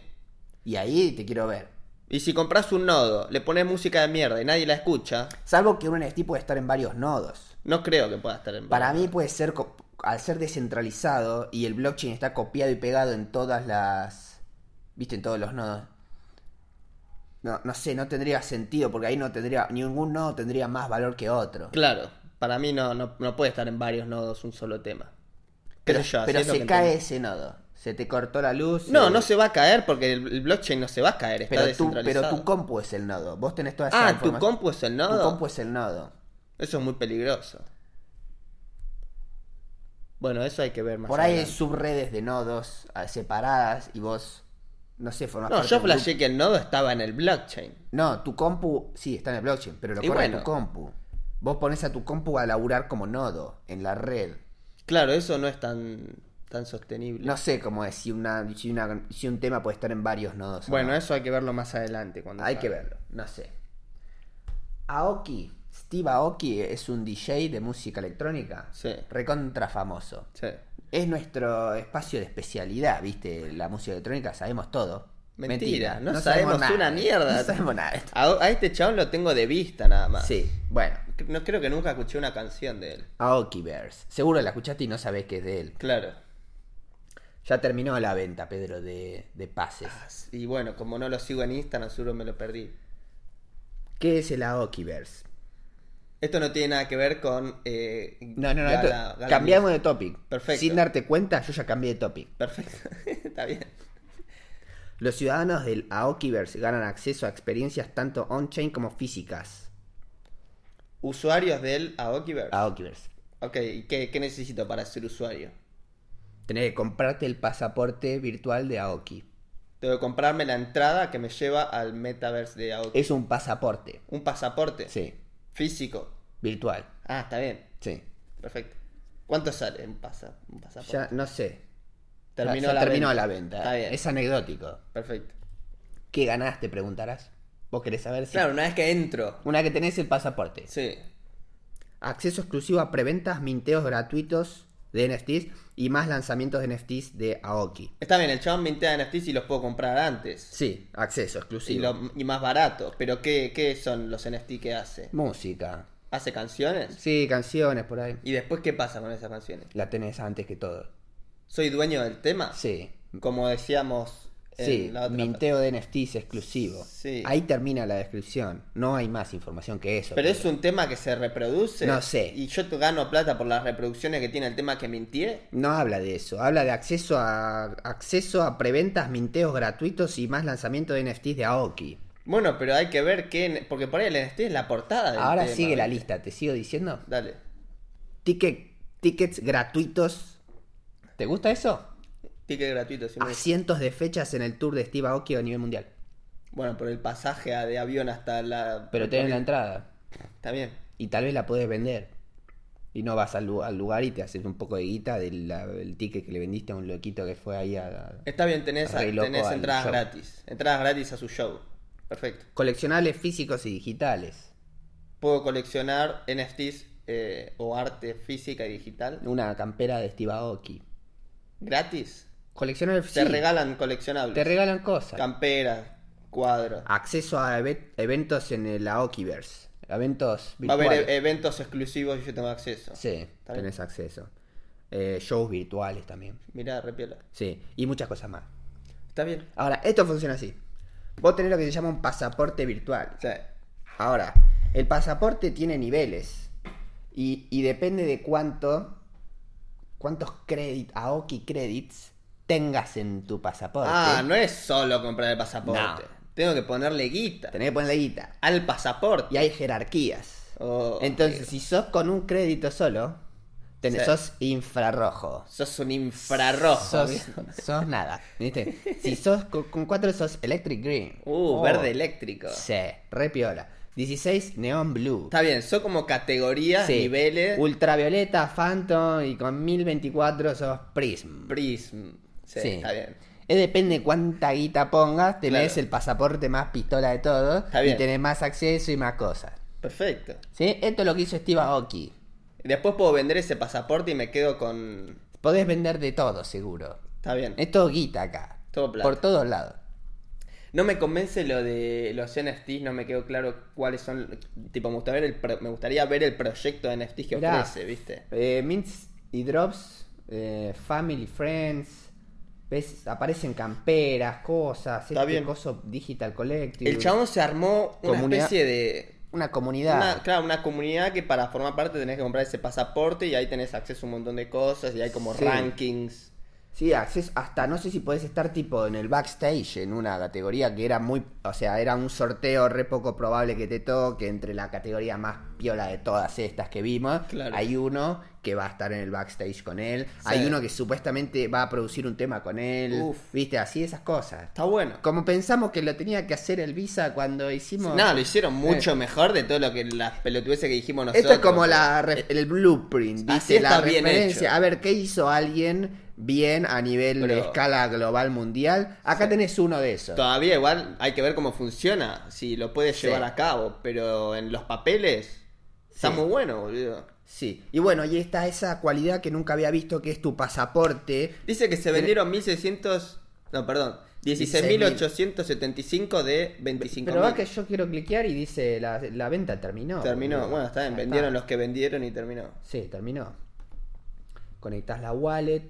Speaker 1: Y ahí te quiero ver.
Speaker 2: Y si compras un nodo, le pones música de mierda y nadie la escucha,
Speaker 1: Salvo que un NFT puede estar en varios nodos.
Speaker 2: no creo que pueda estar en
Speaker 1: Para mí puede ser, co- al ser descentralizado y el blockchain está copiado y pegado en todas las... ¿Viste? En todos los nodos. No, no sé, no tendría sentido porque ahí no tendría, ningún nodo tendría más valor que otro.
Speaker 2: Claro, para mí no, no, no puede estar en varios nodos un solo tema.
Speaker 1: Pero,
Speaker 2: Creo yo, así
Speaker 1: pero
Speaker 2: es lo
Speaker 1: se
Speaker 2: que
Speaker 1: cae
Speaker 2: entiendo.
Speaker 1: ese nodo. Se te cortó la luz.
Speaker 2: No,
Speaker 1: eh,
Speaker 2: no se va a caer porque el, el blockchain no se va a caer, está
Speaker 1: Pero tu,
Speaker 2: descentralizado.
Speaker 1: pero tu compu es el nodo. Vos tenés toda esa
Speaker 2: ah, tu
Speaker 1: información.
Speaker 2: compu es el
Speaker 1: Tu
Speaker 2: nodo.
Speaker 1: compu es el nodo.
Speaker 2: Eso es muy peligroso. Bueno, eso hay que ver más.
Speaker 1: Por ahí hay
Speaker 2: adelante.
Speaker 1: subredes de nodos ah, separadas y vos, no sé, formás
Speaker 2: No,
Speaker 1: parte
Speaker 2: yo
Speaker 1: de un grupo.
Speaker 2: flashé que el nodo estaba en el blockchain.
Speaker 1: No, tu compu, sí, está en el blockchain, pero lo
Speaker 2: Y
Speaker 1: corre
Speaker 2: bueno.
Speaker 1: tu compu. Vos pones a tu compu a laburar como nodo en la red.
Speaker 2: Claro, eso no es tan, tan sostenible.
Speaker 1: No sé cómo es, si, una, si, una- si un tema puede estar en varios nodos. o
Speaker 2: bueno,
Speaker 1: no.
Speaker 2: eso hay que verlo más adelante. Cuando
Speaker 1: hay
Speaker 2: salga.
Speaker 1: que verlo, no sé. Aoki, Steve Aoki es un DJ de música electrónica.
Speaker 2: Sí.
Speaker 1: Recontra famoso.
Speaker 2: Sí.
Speaker 1: Es nuestro espacio de especialidad, ¿viste? La música electrónica, sabemos todo.
Speaker 2: Mentira, no sabemos una mierda.
Speaker 1: No sabemos nada.
Speaker 2: A, a este chabón lo tengo de vista nada más.
Speaker 1: Sí, bueno.
Speaker 2: No creo que nunca escuché una canción de él.
Speaker 1: Aoki Bears. Seguro la escuchaste y no sabés que es de él.
Speaker 2: Claro.
Speaker 1: Ya terminó la venta, Pedro, de, de pases.
Speaker 2: Y bueno, como no lo sigo en Instagram, seguro me lo perdí.
Speaker 1: ¿Qué es el Aoki Bears?
Speaker 2: Esto no tiene nada que ver con. eh,
Speaker 1: No, no, no. esto-
Speaker 2: Gala- Gala
Speaker 1: cambiamos
Speaker 2: Music.
Speaker 1: de topic.
Speaker 2: Perfecto.
Speaker 1: Sin darte cuenta, yo ya cambié de topic.
Speaker 2: Perfecto. Está bien.
Speaker 1: Los ciudadanos del Aokiverse ganan acceso a experiencias tanto on-chain como físicas.
Speaker 2: Usuarios del Aokiverse.
Speaker 1: Ah. Aokiverse.
Speaker 2: Ok, ¿y qué, qué necesito para ser usuario?
Speaker 1: Tenés que comprarte el pasaporte virtual de Aoki.
Speaker 2: Tengo que comprarme la entrada que me lleva al metaverse de Aoki.
Speaker 1: Es un pasaporte.
Speaker 2: Un pasaporte
Speaker 1: Eh. Sí.
Speaker 2: físico.
Speaker 1: Virtual.
Speaker 2: Ah, está bien.
Speaker 1: Sí.
Speaker 2: Perfecto. ¿Cuánto sale un, pasa, un pasaporte?
Speaker 1: Ya, no sé.
Speaker 2: Terminó
Speaker 1: Ya- ya
Speaker 2: la
Speaker 1: terminó
Speaker 2: venta.
Speaker 1: la venta.
Speaker 2: Está bien.
Speaker 1: Es anecdótico.
Speaker 2: Perfecto.
Speaker 1: ¿Qué ganás? Te preguntarás. Vos querés saber si.
Speaker 2: Claro, una vez que entro.
Speaker 1: Una que tenés el pasaporte.
Speaker 2: Sí.
Speaker 1: Acceso exclusivo a preventas, minteos gratuitos de NFTs y más lanzamientos de NFTs de Aoki.
Speaker 2: Está bien, el chabón mintea NFTs y los puedo comprar antes.
Speaker 1: Sí, acceso
Speaker 2: Y,
Speaker 1: exclusivo.
Speaker 2: lo- y más barato. Pero ¿qué, ¿qué son los NFT que hace?
Speaker 1: Música.
Speaker 2: ¿Hace canciones?
Speaker 1: Sí, canciones por ahí.
Speaker 2: ¿Y después qué pasa con esas canciones?
Speaker 1: La tenés antes que todo.
Speaker 2: ¿Soy dueño del tema?
Speaker 1: Sí.
Speaker 2: Como decíamos en
Speaker 1: Sí,
Speaker 2: Eh, la otra.
Speaker 1: minteo de NFTs exclusivo.
Speaker 2: Sí.
Speaker 1: Ahí termina la descripción. No hay más información que eso.
Speaker 2: Pero es un tema que se reproduce.
Speaker 1: No sé.
Speaker 2: Y yo te gano plata por las reproducciones que tiene el tema que mintié.
Speaker 1: No habla de eso, habla de acceso a acceso a preventas, minteos gratuitos y más lanzamiento de NFTs de Aoki.
Speaker 2: Bueno, pero hay que ver qué. Porque por ahí el NFT es la portada. del
Speaker 1: Ahora
Speaker 2: tema,
Speaker 1: sigue la
Speaker 2: ¿viste?
Speaker 1: lista, te sigo diciendo.
Speaker 2: Dale.
Speaker 1: Ticket, tickets gratuitos. ¿Te gusta eso?
Speaker 2: Ticket gratuito. si me-
Speaker 1: A cientos de fechas en el tour de Steve Aoki a nivel mundial.
Speaker 2: Bueno, por el pasaje a- de avión hasta la.
Speaker 1: Pero tenés la entrada
Speaker 2: Está bien.
Speaker 1: y tal vez la podés vender. Y no vas al, lu- al lugar y te haces un poco de guita del la- el ticket que le vendiste a un loquito que fue ahí a...
Speaker 2: Está bien, tenés,
Speaker 1: Re loco
Speaker 2: tenés
Speaker 1: al
Speaker 2: entradas
Speaker 1: show.
Speaker 2: gratis. Entradas gratis a su show. Perfecto.
Speaker 1: Coleccionables físicos y digitales.
Speaker 2: Puedo coleccionar NFTs eh, o arte física y digital.
Speaker 1: Una campera de Steve Aoki.
Speaker 2: Gratis.
Speaker 1: Coleccionables
Speaker 2: Te
Speaker 1: sí.
Speaker 2: regalan coleccionables.
Speaker 1: Te Ah, regalan cosas.
Speaker 2: Campera, cuadro.
Speaker 1: Acceso a eve- eventos en el Aokiverse. Eventos
Speaker 2: Va a
Speaker 1: virtuales.
Speaker 2: haber e- eventos exclusivos y yo tengo acceso.
Speaker 1: Sí,
Speaker 2: Está bien.
Speaker 1: tenés acceso. Eh, shows virtuales también.
Speaker 2: Mirá, repiola.
Speaker 1: Sí, y muchas cosas más.
Speaker 2: Está bien.
Speaker 1: Ahora, esto funciona así. Vos tenés lo que se llama un pasaporte virtual.
Speaker 2: O sea,
Speaker 1: Ahora, el pasaporte tiene niveles. Y, y depende de cuánto, cuántos créditos, Aoki credits, tengas en tu pasaporte.
Speaker 2: Ah, no es solo comprar el pasaporte.
Speaker 1: No.
Speaker 2: Tengo que ponerle guita.
Speaker 1: Tenés que ponerle guita.
Speaker 2: Al pasaporte.
Speaker 1: Y hay jerarquías.
Speaker 2: Oh,
Speaker 1: Entonces, si sos con un crédito solo, tenés,
Speaker 2: Sí.
Speaker 1: sos infrarrojo.
Speaker 2: Sos un infrarrojo.
Speaker 1: Sos, sos nada. ¿Viste? Si sos co- con, cuatro, sos electric green.
Speaker 2: Uh,
Speaker 1: Oh,
Speaker 2: verde eléctrico.
Speaker 1: Sí, re piola. 16, neon blue.
Speaker 2: Está bien, son como categorías,
Speaker 1: Sí,
Speaker 2: niveles,
Speaker 1: Ultravioleta, phantom y con 1024 sos prism.
Speaker 2: prism. Sí,
Speaker 1: Sí.
Speaker 2: está bien.
Speaker 1: Eh, depende cuánta guita pongas, tenés
Speaker 2: Claro.
Speaker 1: el pasaporte más pistola de todo
Speaker 2: Está
Speaker 1: y
Speaker 2: bien.
Speaker 1: tenés más acceso y más cosas.
Speaker 2: Perfecto.
Speaker 1: ¿Sí? Esto es lo que hizo Steve Aoki.
Speaker 2: Después puedo vender ese pasaporte y me quedo con.
Speaker 1: Podés vender de todo, seguro.
Speaker 2: Está bien.
Speaker 1: Es todo guita acá.
Speaker 2: Todo plata.
Speaker 1: Por todos lados.
Speaker 2: No me convence lo de los NFTs, no me quedó claro cuáles son. Tipo, me gustaría ver el, pro- me gustaría ver el proyecto de NFTs que
Speaker 1: Mirá.
Speaker 2: ofrece, ¿viste?
Speaker 1: Eh, mints y drops, eh, family, friends. ¿Ves? Aparecen camperas, cosas.
Speaker 2: Está
Speaker 1: este
Speaker 2: bien.
Speaker 1: coso Digital Collective.
Speaker 2: El chabón se armó una
Speaker 1: Comunidad.
Speaker 2: especie de.
Speaker 1: Una comunidad.
Speaker 2: Una, claro, una comunidad que para formar parte tenés que comprar ese pasaporte y ahí tenés acceso a un montón de cosas y hay como
Speaker 1: Sí.
Speaker 2: rankings.
Speaker 1: Sí, acceso hasta no sé si podés estar tipo en el backstage en una categoría que era muy, o sea, era un sorteo re poco probable que te toque entre la categoría más piola de todas estas que vimos.
Speaker 2: Claro.
Speaker 1: Hay uno que va a estar en el backstage con él, hay uno que supuestamente va a producir un tema con él,
Speaker 2: Uf.
Speaker 1: viste, así esas cosas.
Speaker 2: Está bueno.
Speaker 1: Como pensamos que lo tenía que hacer el Visa cuando hicimos
Speaker 2: No, lo hicieron mucho mejor de todo lo que las pelotudeces que dijimos nosotros.
Speaker 1: esto es como la ref- el blueprint,
Speaker 2: así
Speaker 1: dice la
Speaker 2: está bien
Speaker 1: referencia.
Speaker 2: hecho.
Speaker 1: A ver, ¿qué hizo alguien bien a nivel de
Speaker 2: Pero-
Speaker 1: escala global mundial? Acá tenés uno de esos.
Speaker 2: Todavía igual hay que ver cómo funciona, si lo puedes
Speaker 1: Sí.
Speaker 2: llevar a cabo, pero en los papeles está
Speaker 1: Sí.
Speaker 2: muy bueno, boludo.
Speaker 1: Sí. Y bueno, y está esa cualidad que nunca había visto, que es tu pasaporte.
Speaker 2: Dice que se vendieron 1600, no, perdón, 16.875 de 25.000.
Speaker 1: Pero va que yo quiero cliquear y dice la, la venta terminó.
Speaker 2: Terminó,
Speaker 1: boludo.
Speaker 2: bueno, está bien,
Speaker 1: Ya
Speaker 2: vendieron los que vendieron y terminó.
Speaker 1: Sí, terminó. Conectás la wallet.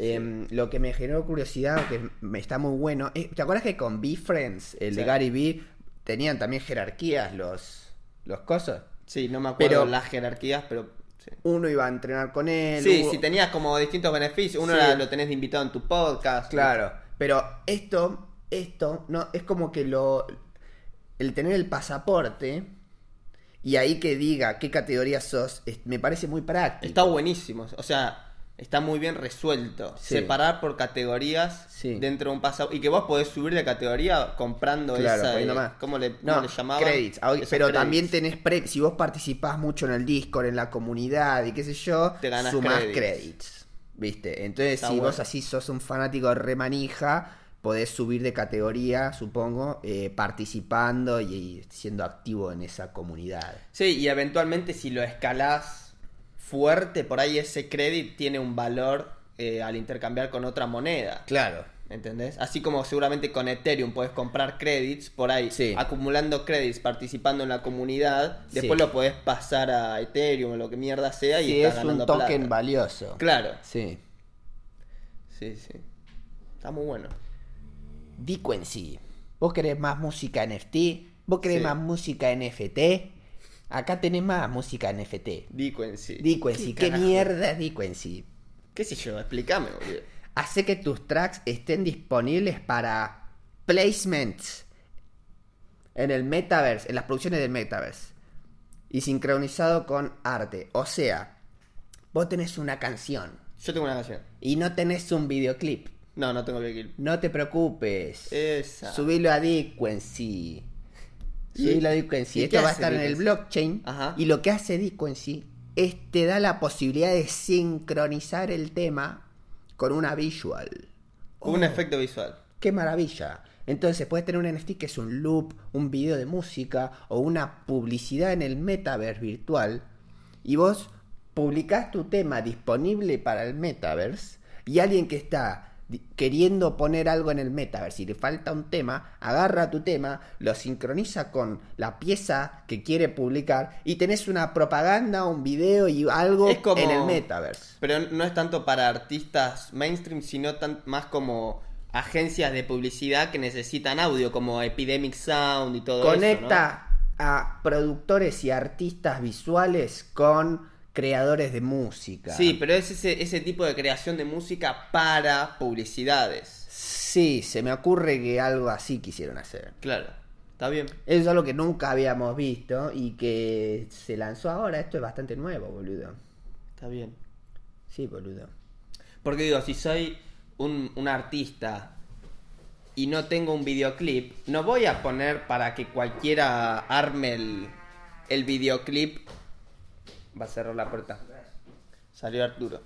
Speaker 1: Em, lo que me generó curiosidad, que me está muy bueno. eh, ¿Te acuerdas que con B-Friends, el de
Speaker 2: Sí.
Speaker 1: Gary B, tenían también jerarquías los, los cosos?
Speaker 2: Sí, no me acuerdo
Speaker 1: Pero-
Speaker 2: las jerarquías, pero sí.
Speaker 1: Uno iba a entrenar con él.
Speaker 2: Sí,
Speaker 1: hubo-
Speaker 2: si tenías como distintos beneficios, uno
Speaker 1: Sí.
Speaker 2: era- lo tenés de invitado en tu podcast.
Speaker 1: Claro, pero esto, esto, no, es como que lo. El tener el pasaporte y ahí que diga qué categoría sos, es- me parece muy práctico.
Speaker 2: Está buenísimo. O sea, está muy bien resuelto.
Speaker 1: Sí.
Speaker 2: Separar por categorías
Speaker 1: Sí.
Speaker 2: dentro de un pasado. Y que vos podés subir de categoría comprando
Speaker 1: Claro,
Speaker 2: esa.
Speaker 1: poniendo
Speaker 2: eh,
Speaker 1: más.
Speaker 2: ¿Cómo le,
Speaker 1: No,
Speaker 2: cómo le llamaban?
Speaker 1: credits. Ahora-
Speaker 2: Esos
Speaker 1: pero
Speaker 2: credits.
Speaker 1: también tenés pre si vos participás mucho en el Discord, en la comunidad y qué sé yo,
Speaker 2: Te ganás
Speaker 1: sumás
Speaker 2: credits.
Speaker 1: credits. ¿Viste? Entonces,
Speaker 2: Está
Speaker 1: si
Speaker 2: bueno.
Speaker 1: vos así sos un fanático remanija, podés subir de categoría, supongo, eh, participando y, y siendo activo en esa comunidad.
Speaker 2: Sí, y eventualmente si lo escalás fuerte, por ahí ese credit tiene un valor eh, al intercambiar con otra moneda.
Speaker 1: Claro.
Speaker 2: ¿Entendés? Así como seguramente con Ethereum podés comprar credits por ahí,
Speaker 1: Sí.
Speaker 2: acumulando credits, participando en la comunidad, después
Speaker 1: Sí.
Speaker 2: lo podés pasar a Ethereum o lo que mierda sea y
Speaker 1: Si
Speaker 2: estás
Speaker 1: es un
Speaker 2: ganando
Speaker 1: token
Speaker 2: plata.
Speaker 1: valioso.
Speaker 2: Claro.
Speaker 1: Sí.
Speaker 2: Sí, sí. Está muy bueno.
Speaker 1: Dequency. ¿Vos querés más música NFT? ¿Vos querés
Speaker 2: Sí.
Speaker 1: más música NFT? Acá tenés más música NFT.
Speaker 2: Dequency.
Speaker 1: Dequency, ¿qué,
Speaker 2: carajo?
Speaker 1: mierda es Dequency?
Speaker 2: ¿Qué sé yo? Explícame, boludo.
Speaker 1: Hace que tus tracks estén disponibles para placements en el metaverse, en las producciones del metaverse y sincronizado con arte. O sea, vos tenés una canción
Speaker 2: Yo tengo una canción.
Speaker 1: y no tenés un videoclip.
Speaker 2: No, no tengo que
Speaker 1: No te preocupes.
Speaker 2: Eh, Esa.
Speaker 1: Subilo a Dequency. Subilo a Dequency.
Speaker 2: ¿Y
Speaker 1: Esto
Speaker 2: qué
Speaker 1: va a
Speaker 2: hace
Speaker 1: estar en el
Speaker 2: Dequency?
Speaker 1: blockchain.
Speaker 2: Ajá.
Speaker 1: Y lo que hace Dequency es te da la posibilidad de sincronizar el tema con una visual.
Speaker 2: Con un efecto visual.
Speaker 1: ¡Qué maravilla! Entonces puedes tener un NFT que es un loop, un video de música o una publicidad en el metaverse virtual. Y vos publicás tu tema disponible para el metaverse y alguien que está di- queriendo poner algo en el metaverse y le falta un tema, agarra tu tema, lo sincroniza con la pieza que quiere publicar y tenés una propaganda, un video y algo
Speaker 2: Es como-
Speaker 1: en el metaverse.
Speaker 2: Pero no es tanto para artistas mainstream, sino tan, más como agencias de publicidad que necesitan audio, como Epidemic Sound y todo eso.
Speaker 1: conecta a productores y artistas visuales con creadores de música.
Speaker 2: ¿no? Sí, pero es ese, ese tipo de creación de música para publicidades.
Speaker 1: Sí, se me ocurre que algo así quisieron hacer.
Speaker 2: Claro, está bien.
Speaker 1: Eso es algo que nunca habíamos visto y que se lanzó ahora. Esto es bastante nuevo, boludo.
Speaker 2: Está bien.
Speaker 1: Sí, boludo.
Speaker 2: Porque digo, si soy un, un artista y no tengo un videoclip, no voy a poner para que cualquiera arme el, el videoclip. Va a cerrar la puerta. Salió Arturo.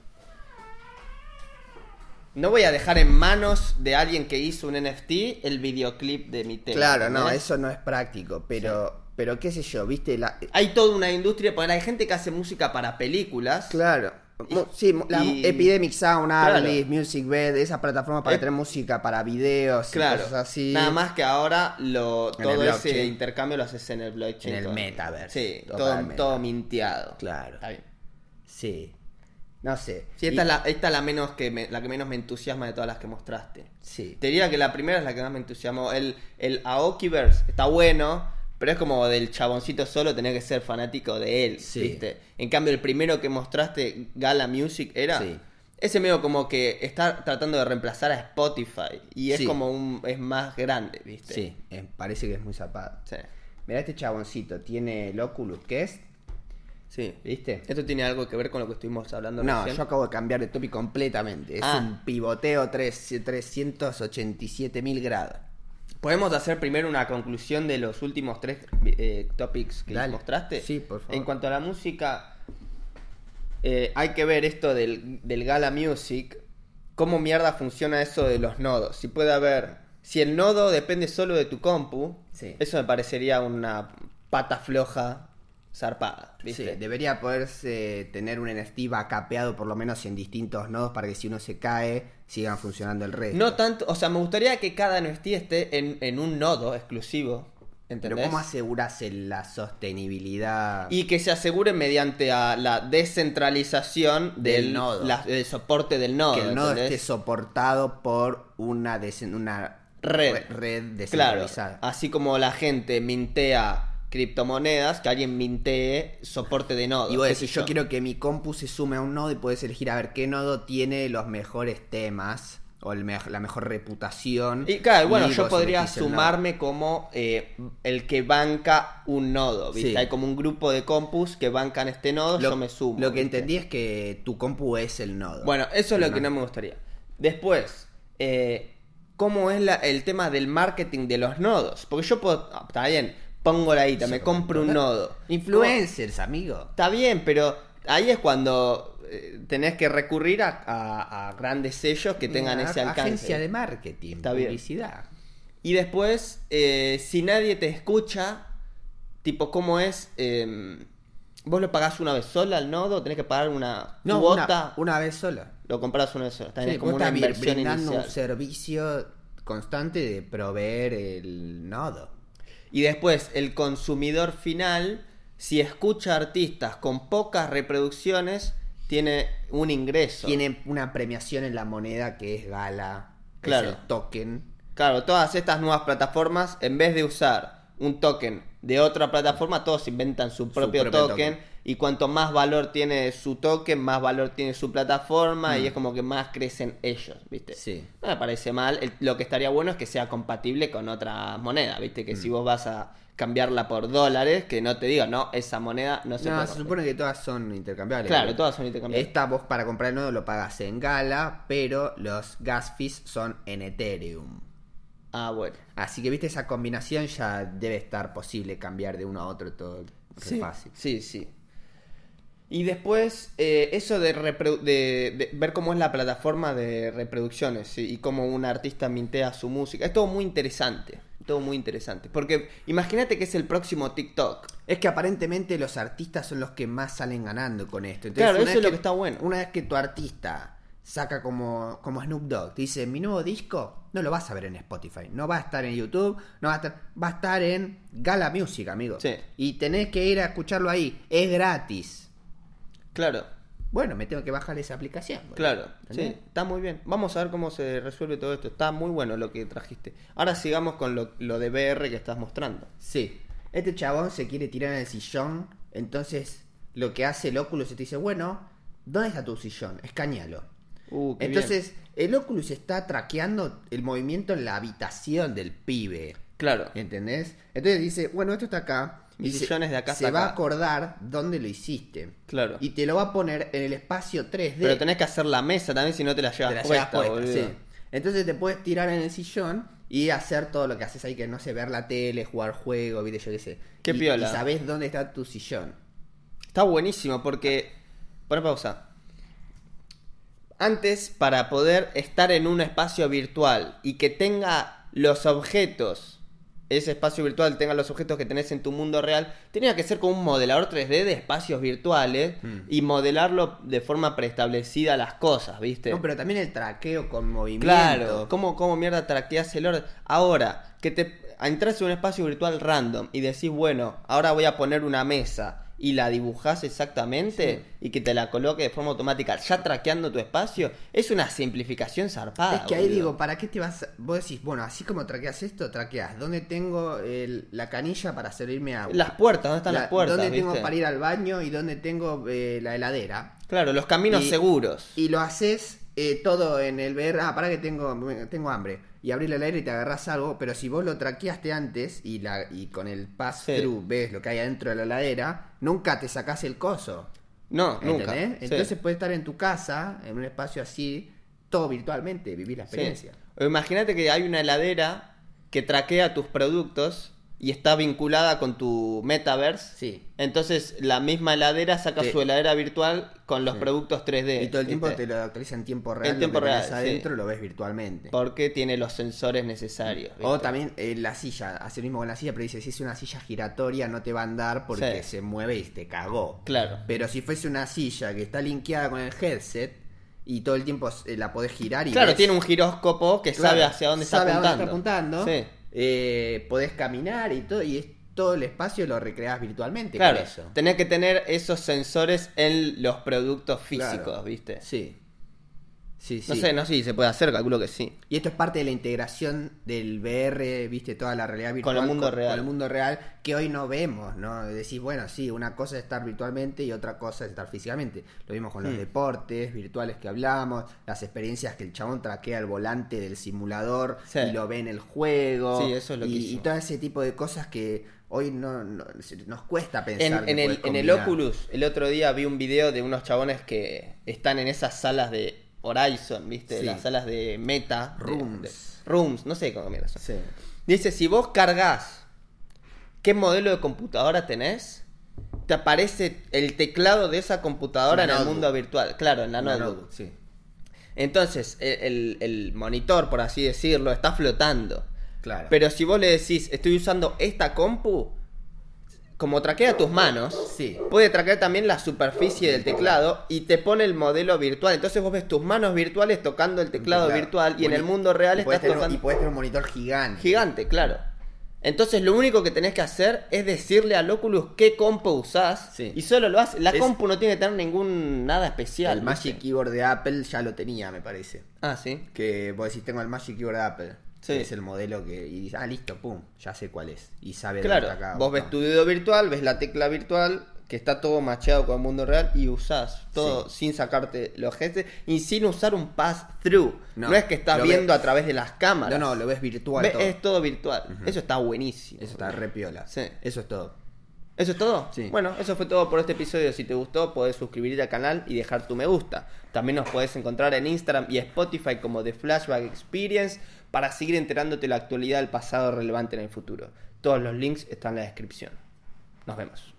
Speaker 2: No voy a dejar en manos de alguien que hizo un NFT el videoclip de mi tema.
Speaker 1: Claro, no,
Speaker 2: ¿entendés?
Speaker 1: eso no es práctico, pero, pero qué sé yo, viste la.
Speaker 2: Hay toda una industria, porque hay gente que hace música para películas.
Speaker 1: Claro. Mu- Sí, mu- la
Speaker 2: Y-
Speaker 1: Epidemic Sound,
Speaker 2: Claro.
Speaker 1: Artlist, Music Bed, esas plataformas para
Speaker 2: Eh,
Speaker 1: tener música para videos y
Speaker 2: Claro,
Speaker 1: cosas así.
Speaker 2: nada más que ahora lo,
Speaker 1: En
Speaker 2: todo
Speaker 1: el
Speaker 2: ese
Speaker 1: blockchain.
Speaker 2: intercambio lo haces en el blockchain.
Speaker 1: En el
Speaker 2: todo.
Speaker 1: metaverse.
Speaker 2: Sí,
Speaker 1: Todo
Speaker 2: todo,
Speaker 1: para el metaverse.
Speaker 2: todo minteado.
Speaker 1: Claro.
Speaker 2: Está bien.
Speaker 1: Sí. No sé.
Speaker 2: Sí, esta,
Speaker 1: Y-
Speaker 2: es la, esta es la, menos que me- la que menos me entusiasma de todas las que mostraste.
Speaker 1: Sí.
Speaker 2: Te diría que la primera es la que más me entusiasmó. El, el Aokiverse está bueno, pero es como del chaboncito solo, tenés que ser fanático de él.
Speaker 1: Sí.
Speaker 2: ¿viste? En cambio, el primero que mostraste, Gala Music, era.
Speaker 1: Sí.
Speaker 2: Ese medio como que está tratando de reemplazar a Spotify. Y es
Speaker 1: Sí.
Speaker 2: como un. es más grande, ¿viste?
Speaker 1: Sí, eh, parece que es muy zapado.
Speaker 2: Sí.
Speaker 1: Mirá este chaboncito, tiene el Oculus Quest,
Speaker 2: Sí.
Speaker 1: ¿viste?
Speaker 2: ¿Esto tiene algo que ver con lo que estuvimos hablando
Speaker 1: No,
Speaker 2: recién?
Speaker 1: yo acabo de cambiar de topic completamente. Es
Speaker 2: Ah.
Speaker 1: un pivoteo 387 mil grados.
Speaker 2: ¿Podemos hacer primero una conclusión de los últimos tres eh, topics que
Speaker 1: Dale.
Speaker 2: mostraste?
Speaker 1: Sí, por favor.
Speaker 2: En cuanto a la música, eh, hay que ver esto del, del Gala Music. ¿Cómo mierda funciona eso de los nodos? Si puede haber. Si el nodo depende solo de tu compu,
Speaker 1: Sí.
Speaker 2: eso me parecería una pata floja zarpada.
Speaker 1: Sí,
Speaker 2: ¿viste?
Speaker 1: debería poderse tener un NFT capeado por lo menos en distintos nodos para que si uno se cae sigan funcionando el resto.
Speaker 2: No tanto, o sea, me gustaría que cada NFT esté en, en un nodo exclusivo.
Speaker 1: Pero
Speaker 2: ¿Entendés?
Speaker 1: ¿cómo asegurase la sostenibilidad?
Speaker 2: Y que se asegure mediante a la descentralización del,
Speaker 1: Del nodo.
Speaker 2: la- del soporte del nodo.
Speaker 1: que el nodo
Speaker 2: Oh, ¿entendés?
Speaker 1: esté soportado por una, desen- una
Speaker 2: Red.
Speaker 1: re- red
Speaker 2: Claro. Ah,
Speaker 1: descentralizada.
Speaker 2: Así como la gente mintea criptomonedas, que alguien mintee soporte de nodo.
Speaker 1: Y vos
Speaker 2: qué
Speaker 1: decís,
Speaker 2: sé
Speaker 1: yo quiero que mi compu se sume a un nodo y puedes elegir a ver qué nodo tiene los mejores temas o el me- la mejor reputación.
Speaker 2: Y claro, bueno,
Speaker 1: Libros
Speaker 2: yo podría
Speaker 1: en el que dicen, no.
Speaker 2: sumarme como eh, el que banca un nodo, ¿viste?
Speaker 1: Sí.
Speaker 2: Hay como un grupo de compus que bancan este nodo,
Speaker 1: Lo,
Speaker 2: yo me sumo.
Speaker 1: lo que
Speaker 2: ¿viste?
Speaker 1: entendí es que tu compu es el nodo.
Speaker 2: Bueno, eso es lo
Speaker 1: No.
Speaker 2: que no me gustaría. Después, eh, ¿cómo es la- el tema del marketing de los nodos? Porque yo puedo, ah, está bien, pongo la guita,
Speaker 1: Sí,
Speaker 2: me
Speaker 1: como
Speaker 2: compro un
Speaker 1: internet.
Speaker 2: nodo.
Speaker 1: Influencers, amigo.
Speaker 2: Está bien, pero ahí es cuando eh, tenés que recurrir a, a- a grandes sellos que tengan
Speaker 1: Una
Speaker 2: ese alcance.
Speaker 1: Agencia de marketing,
Speaker 2: Está bien.
Speaker 1: publicidad.
Speaker 2: Y después, eh, si nadie te escucha, tipo, ¿cómo es? Em, ¿Vos lo pagás una vez sola al nodo? ¿Tenés que pagar una cuota?
Speaker 1: una, una vez sola.
Speaker 2: Lo comprás una vez sola. Está bien,
Speaker 1: Sí,
Speaker 2: es como
Speaker 1: vos
Speaker 2: una
Speaker 1: estás br-
Speaker 2: inversión
Speaker 1: brindando
Speaker 2: inicial.
Speaker 1: un servicio constante de proveer el nodo.
Speaker 2: Y después, el consumidor final, si escucha artistas con pocas reproducciones, tiene un ingreso.
Speaker 1: Tiene una premiación en la moneda que es gala, que
Speaker 2: Claro.
Speaker 1: es el token.
Speaker 2: Claro, todas estas nuevas plataformas, en vez de usar un token de otra plataforma, todos inventan su propio,
Speaker 1: propio
Speaker 2: token,
Speaker 1: token.
Speaker 2: Y cuanto más valor tiene su token, más valor tiene su
Speaker 1: Mm.
Speaker 2: plataforma. Y es como que más crecen ellos, ¿viste?
Speaker 1: Sí.
Speaker 2: No me parece mal. El- lo que estaría bueno es que sea compatible con otras monedas, ¿viste? Que si
Speaker 1: Mm.
Speaker 2: vos vas a cambiarla por dólares, que no te diga, no, esa moneda no se
Speaker 1: No,
Speaker 2: puede
Speaker 1: se
Speaker 2: comprar".
Speaker 1: supone que todas son intercambiables.
Speaker 2: Claro,
Speaker 1: ¿no?
Speaker 2: todas son intercambiables.
Speaker 1: Esta vos para comprar el nodo lo pagas en gala, pero los gas fees son en Ethereum.
Speaker 2: Ah, bueno.
Speaker 1: Así que viste esa combinación ya debe estar posible cambiar de uno a otro todo re
Speaker 2: Sí,
Speaker 1: fácil.
Speaker 2: Sí, sí. Y después, eh, eso de, reprodu- de- de ver cómo es la plataforma de reproducciones ¿sí? y cómo un artista mintea su música. Es todo muy interesante. Todo muy interesante. Porque imagínate que es el próximo TikTok.
Speaker 1: Es que aparentemente los artistas son los que más salen ganando con esto. Entonces,
Speaker 2: Claro,
Speaker 1: una
Speaker 2: eso
Speaker 1: vez
Speaker 2: es lo que está bueno.
Speaker 1: Una vez que tu artista saca como, como Snoop Dogg, te dice, mi nuevo disco no lo vas a ver en Spotify, no va a estar en YouTube, no va a estar, va a estar en Gala Music, amigo.
Speaker 2: Sí.
Speaker 1: Y tenés que ir a escucharlo ahí, es gratis.
Speaker 2: Claro,
Speaker 1: Bueno, me tengo que bajar esa aplicación. boludo.
Speaker 2: claro. sí,
Speaker 1: ¿Entendés?
Speaker 2: está muy bien. Vamos a ver cómo se resuelve todo esto. Está muy bueno lo que trajiste. Ahora sigamos con lo, lo de BR que estás mostrando.
Speaker 1: Sí. Este chabón se quiere tirar en el sillón. Entonces, lo que hace el Oculus es te dice, bueno, ¿dónde está tu sillón? Escañalo.
Speaker 2: Uh, qué bien.
Speaker 1: Entonces, el Oculus está traqueando el movimiento en la habitación del pibe.
Speaker 2: Claro.
Speaker 1: ¿Entendés? Entonces dice, bueno, esto está acá.
Speaker 2: Mi
Speaker 1: y se-
Speaker 2: sillón es de acá
Speaker 1: Se
Speaker 2: hasta
Speaker 1: va a
Speaker 2: acá.
Speaker 1: acordar dónde lo hiciste.
Speaker 2: Claro.
Speaker 1: Y te lo va a poner en el espacio 3D.
Speaker 2: Pero tenés que hacer la mesa también si no te la llevas
Speaker 1: Te la
Speaker 2: puesta,
Speaker 1: llevas puesta,
Speaker 2: boludo.
Speaker 1: sí. Entonces te puedes tirar en el sillón y hacer todo lo que haces ahí, que no sé, ver la tele, jugar juego, viste, yo qué sé.
Speaker 2: Qué
Speaker 1: y,
Speaker 2: piola.
Speaker 1: Y sabés dónde está tu sillón.
Speaker 2: Está buenísimo porque. Pon pausa. Antes, para poder estar en un espacio virtual y que tenga los objetos, ese espacio virtual tenga los objetos que tenés en tu mundo real, tenía que ser con un modelador 3D de espacios virtuales y modelarlo de forma preestablecida las cosas, ¿viste?
Speaker 1: No, pero también el traqueo con movimiento.
Speaker 2: Claro, ¿cómo, cómo mierda traqueas el orden? Ahora, que te entras en un espacio virtual random y decís, bueno, ahora voy a poner una mesa y la dibujás exactamente y que te la coloque de forma automática, ya traqueando tu espacio, es una simplificación zarpada.
Speaker 1: Es que ahí
Speaker 2: boludo.
Speaker 1: digo, ¿para qué te vas? Vos decís, bueno, así como traqueas esto, traqueas. ¿Dónde tengo el- la canilla para servirme agua?
Speaker 2: Ah, Las puertas, ¿dónde están
Speaker 1: La-
Speaker 2: las puertas?
Speaker 1: ¿Dónde tengo
Speaker 2: viste?
Speaker 1: para ir al baño y dónde tengo eh, la heladera?
Speaker 2: Claro, los caminos
Speaker 1: Y-
Speaker 2: seguros.
Speaker 1: y lo haces eh, todo en el VR. Ah, para que tengo, tengo hambre. Y abrir el aire y te agarras algo. Pero si vos lo traqueaste antes y, la, y con el pass-through ves lo que hay adentro de la heladera, nunca te sacás el coso.
Speaker 2: No, nunca.
Speaker 1: ¿Entendés?
Speaker 2: Sí.
Speaker 1: Entonces puedes estar en tu casa, en un espacio así, todo virtualmente, vivir la
Speaker 2: Sí.
Speaker 1: experiencia.
Speaker 2: O Imagínate que hay una heladera que traquea tus productos y está vinculada con tu metaverse.
Speaker 1: Sí.
Speaker 2: Entonces la misma heladera saca
Speaker 1: Sí.
Speaker 2: su heladera virtual con los productos 3D.
Speaker 1: Y todo el tiempo
Speaker 2: ¿viste?
Speaker 1: te lo actualiza en tiempo real.
Speaker 2: En tiempo
Speaker 1: lo que tenés
Speaker 2: real, sí.
Speaker 1: adentro lo ves virtualmente.
Speaker 2: Porque tiene los sensores necesarios.
Speaker 1: O
Speaker 2: ¿viste?
Speaker 1: también eh, la silla, hace lo mismo con la silla, pero dice, si es una silla giratoria no te va a andar porque
Speaker 2: Sí.
Speaker 1: se mueve y te cagó.
Speaker 2: Claro.
Speaker 1: Pero si fuese una silla que está linkeada con el headset y todo el tiempo eh, la podés girar y...
Speaker 2: Claro,
Speaker 1: ves-
Speaker 2: tiene un giróscopo que
Speaker 1: Claro,
Speaker 2: sabe hacia dónde está
Speaker 1: sabe a
Speaker 2: apuntando.
Speaker 1: dónde está
Speaker 2: Sí.
Speaker 1: apuntando. Eh, podés caminar y todo, y es, todo el espacio lo recreás virtualmente
Speaker 2: Claro,
Speaker 1: con eso.
Speaker 2: tenés que tener esos sensores en los productos físicos,
Speaker 1: Claro.
Speaker 2: ¿viste?
Speaker 1: Sí. Sí,
Speaker 2: No
Speaker 1: sí.
Speaker 2: sé, no sé si se puede hacer, calculo que sí.
Speaker 1: Y esto es parte de la integración del VR, viste, toda la realidad virtual.
Speaker 2: el mundo real.
Speaker 1: Con el mundo real, que hoy no vemos, ¿no? Decís, bueno, sí, una cosa es estar virtualmente y otra cosa es estar físicamente. Lo vimos
Speaker 2: Hmm.
Speaker 1: con los deportes virtuales que hablamos, las experiencias que el chabón traquea el volante del simulador
Speaker 2: Sí.
Speaker 1: y lo ve en el juego.
Speaker 2: Sí, eso es lo que
Speaker 1: y,
Speaker 2: hizo.
Speaker 1: y todo ese tipo de cosas que hoy no, no- se- nos cuesta
Speaker 2: En,
Speaker 1: pensar. que
Speaker 2: en el,
Speaker 1: podés
Speaker 2: en el
Speaker 1: combinar.
Speaker 2: Oculus, el otro día vi un video de unos chabones que están en esas salas de Horizon, ¿viste?
Speaker 1: Sí.
Speaker 2: Las salas de Meta. de-
Speaker 1: Rooms.
Speaker 2: de- rooms, no sé cómo mierda son.
Speaker 1: Sí.
Speaker 2: Dice, si vos cargas qué modelo de computadora tenés, te aparece el teclado de esa computadora en
Speaker 1: Una
Speaker 2: el
Speaker 1: notebook.
Speaker 2: mundo virtual. Claro, en la
Speaker 1: No, no,
Speaker 2: notebook.
Speaker 1: sí.
Speaker 2: Entonces, el, el- el monitor, por así decirlo, está flotando.
Speaker 1: Claro.
Speaker 2: Pero si vos le decís, estoy usando esta compu, como traquea tus manos,
Speaker 1: Sí.
Speaker 2: puede traquear también la superficie del teclado y te pone el modelo virtual. Entonces vos ves tus manos virtuales tocando el teclado
Speaker 1: Claro.
Speaker 2: virtual y en
Speaker 1: Moni-
Speaker 2: el mundo real
Speaker 1: y podés
Speaker 2: estás
Speaker 1: tener un-
Speaker 2: tocando
Speaker 1: Y podés tener un monitor gigante.
Speaker 2: gigante, claro. Entonces lo único que tenés que hacer es decirle al Oculus qué compu usás
Speaker 1: Sí.
Speaker 2: y solo lo hace. La
Speaker 1: Es-
Speaker 2: compu no tiene que tener ningún nada especial.
Speaker 1: El Magic
Speaker 2: ¿viste?
Speaker 1: Keyboard de Apple ya lo tenía, me parece.
Speaker 2: Ah, sí.
Speaker 1: Que vos decís, tengo el Magic Keyboard de Apple.
Speaker 2: Sí.
Speaker 1: Que Es el modelo que. Y dices, ah, listo, pum, ya sé cuál es. Y sabe
Speaker 2: Claro,
Speaker 1: dónde está cada
Speaker 2: vos ves tu
Speaker 1: botón.
Speaker 2: video virtual, ves la tecla virtual, que está todo macheado con el mundo real y usás todo sin sacarte los gestos y sin usar un pass-through. No,
Speaker 1: No,
Speaker 2: es que estás
Speaker 1: lo
Speaker 2: viendo
Speaker 1: ves-
Speaker 2: a través de las cámaras.
Speaker 1: No, no, lo ves virtual.
Speaker 2: Ve-
Speaker 1: todo.
Speaker 2: Es todo virtual. Eso está buenísimo.
Speaker 1: Eso está re piola.
Speaker 2: Sí.
Speaker 1: Eso es todo.
Speaker 2: ¿Eso es todo?
Speaker 1: Sí.
Speaker 2: Bueno, eso fue todo por este episodio. Si te gustó, podés suscribirte al canal y dejar tu me gusta. También nos podés encontrar en Instagram y Spotify como The Flashback Experience para seguir enterándote de la actualidad del pasado relevante en el futuro. Todos los links están en la descripción. Nos vemos.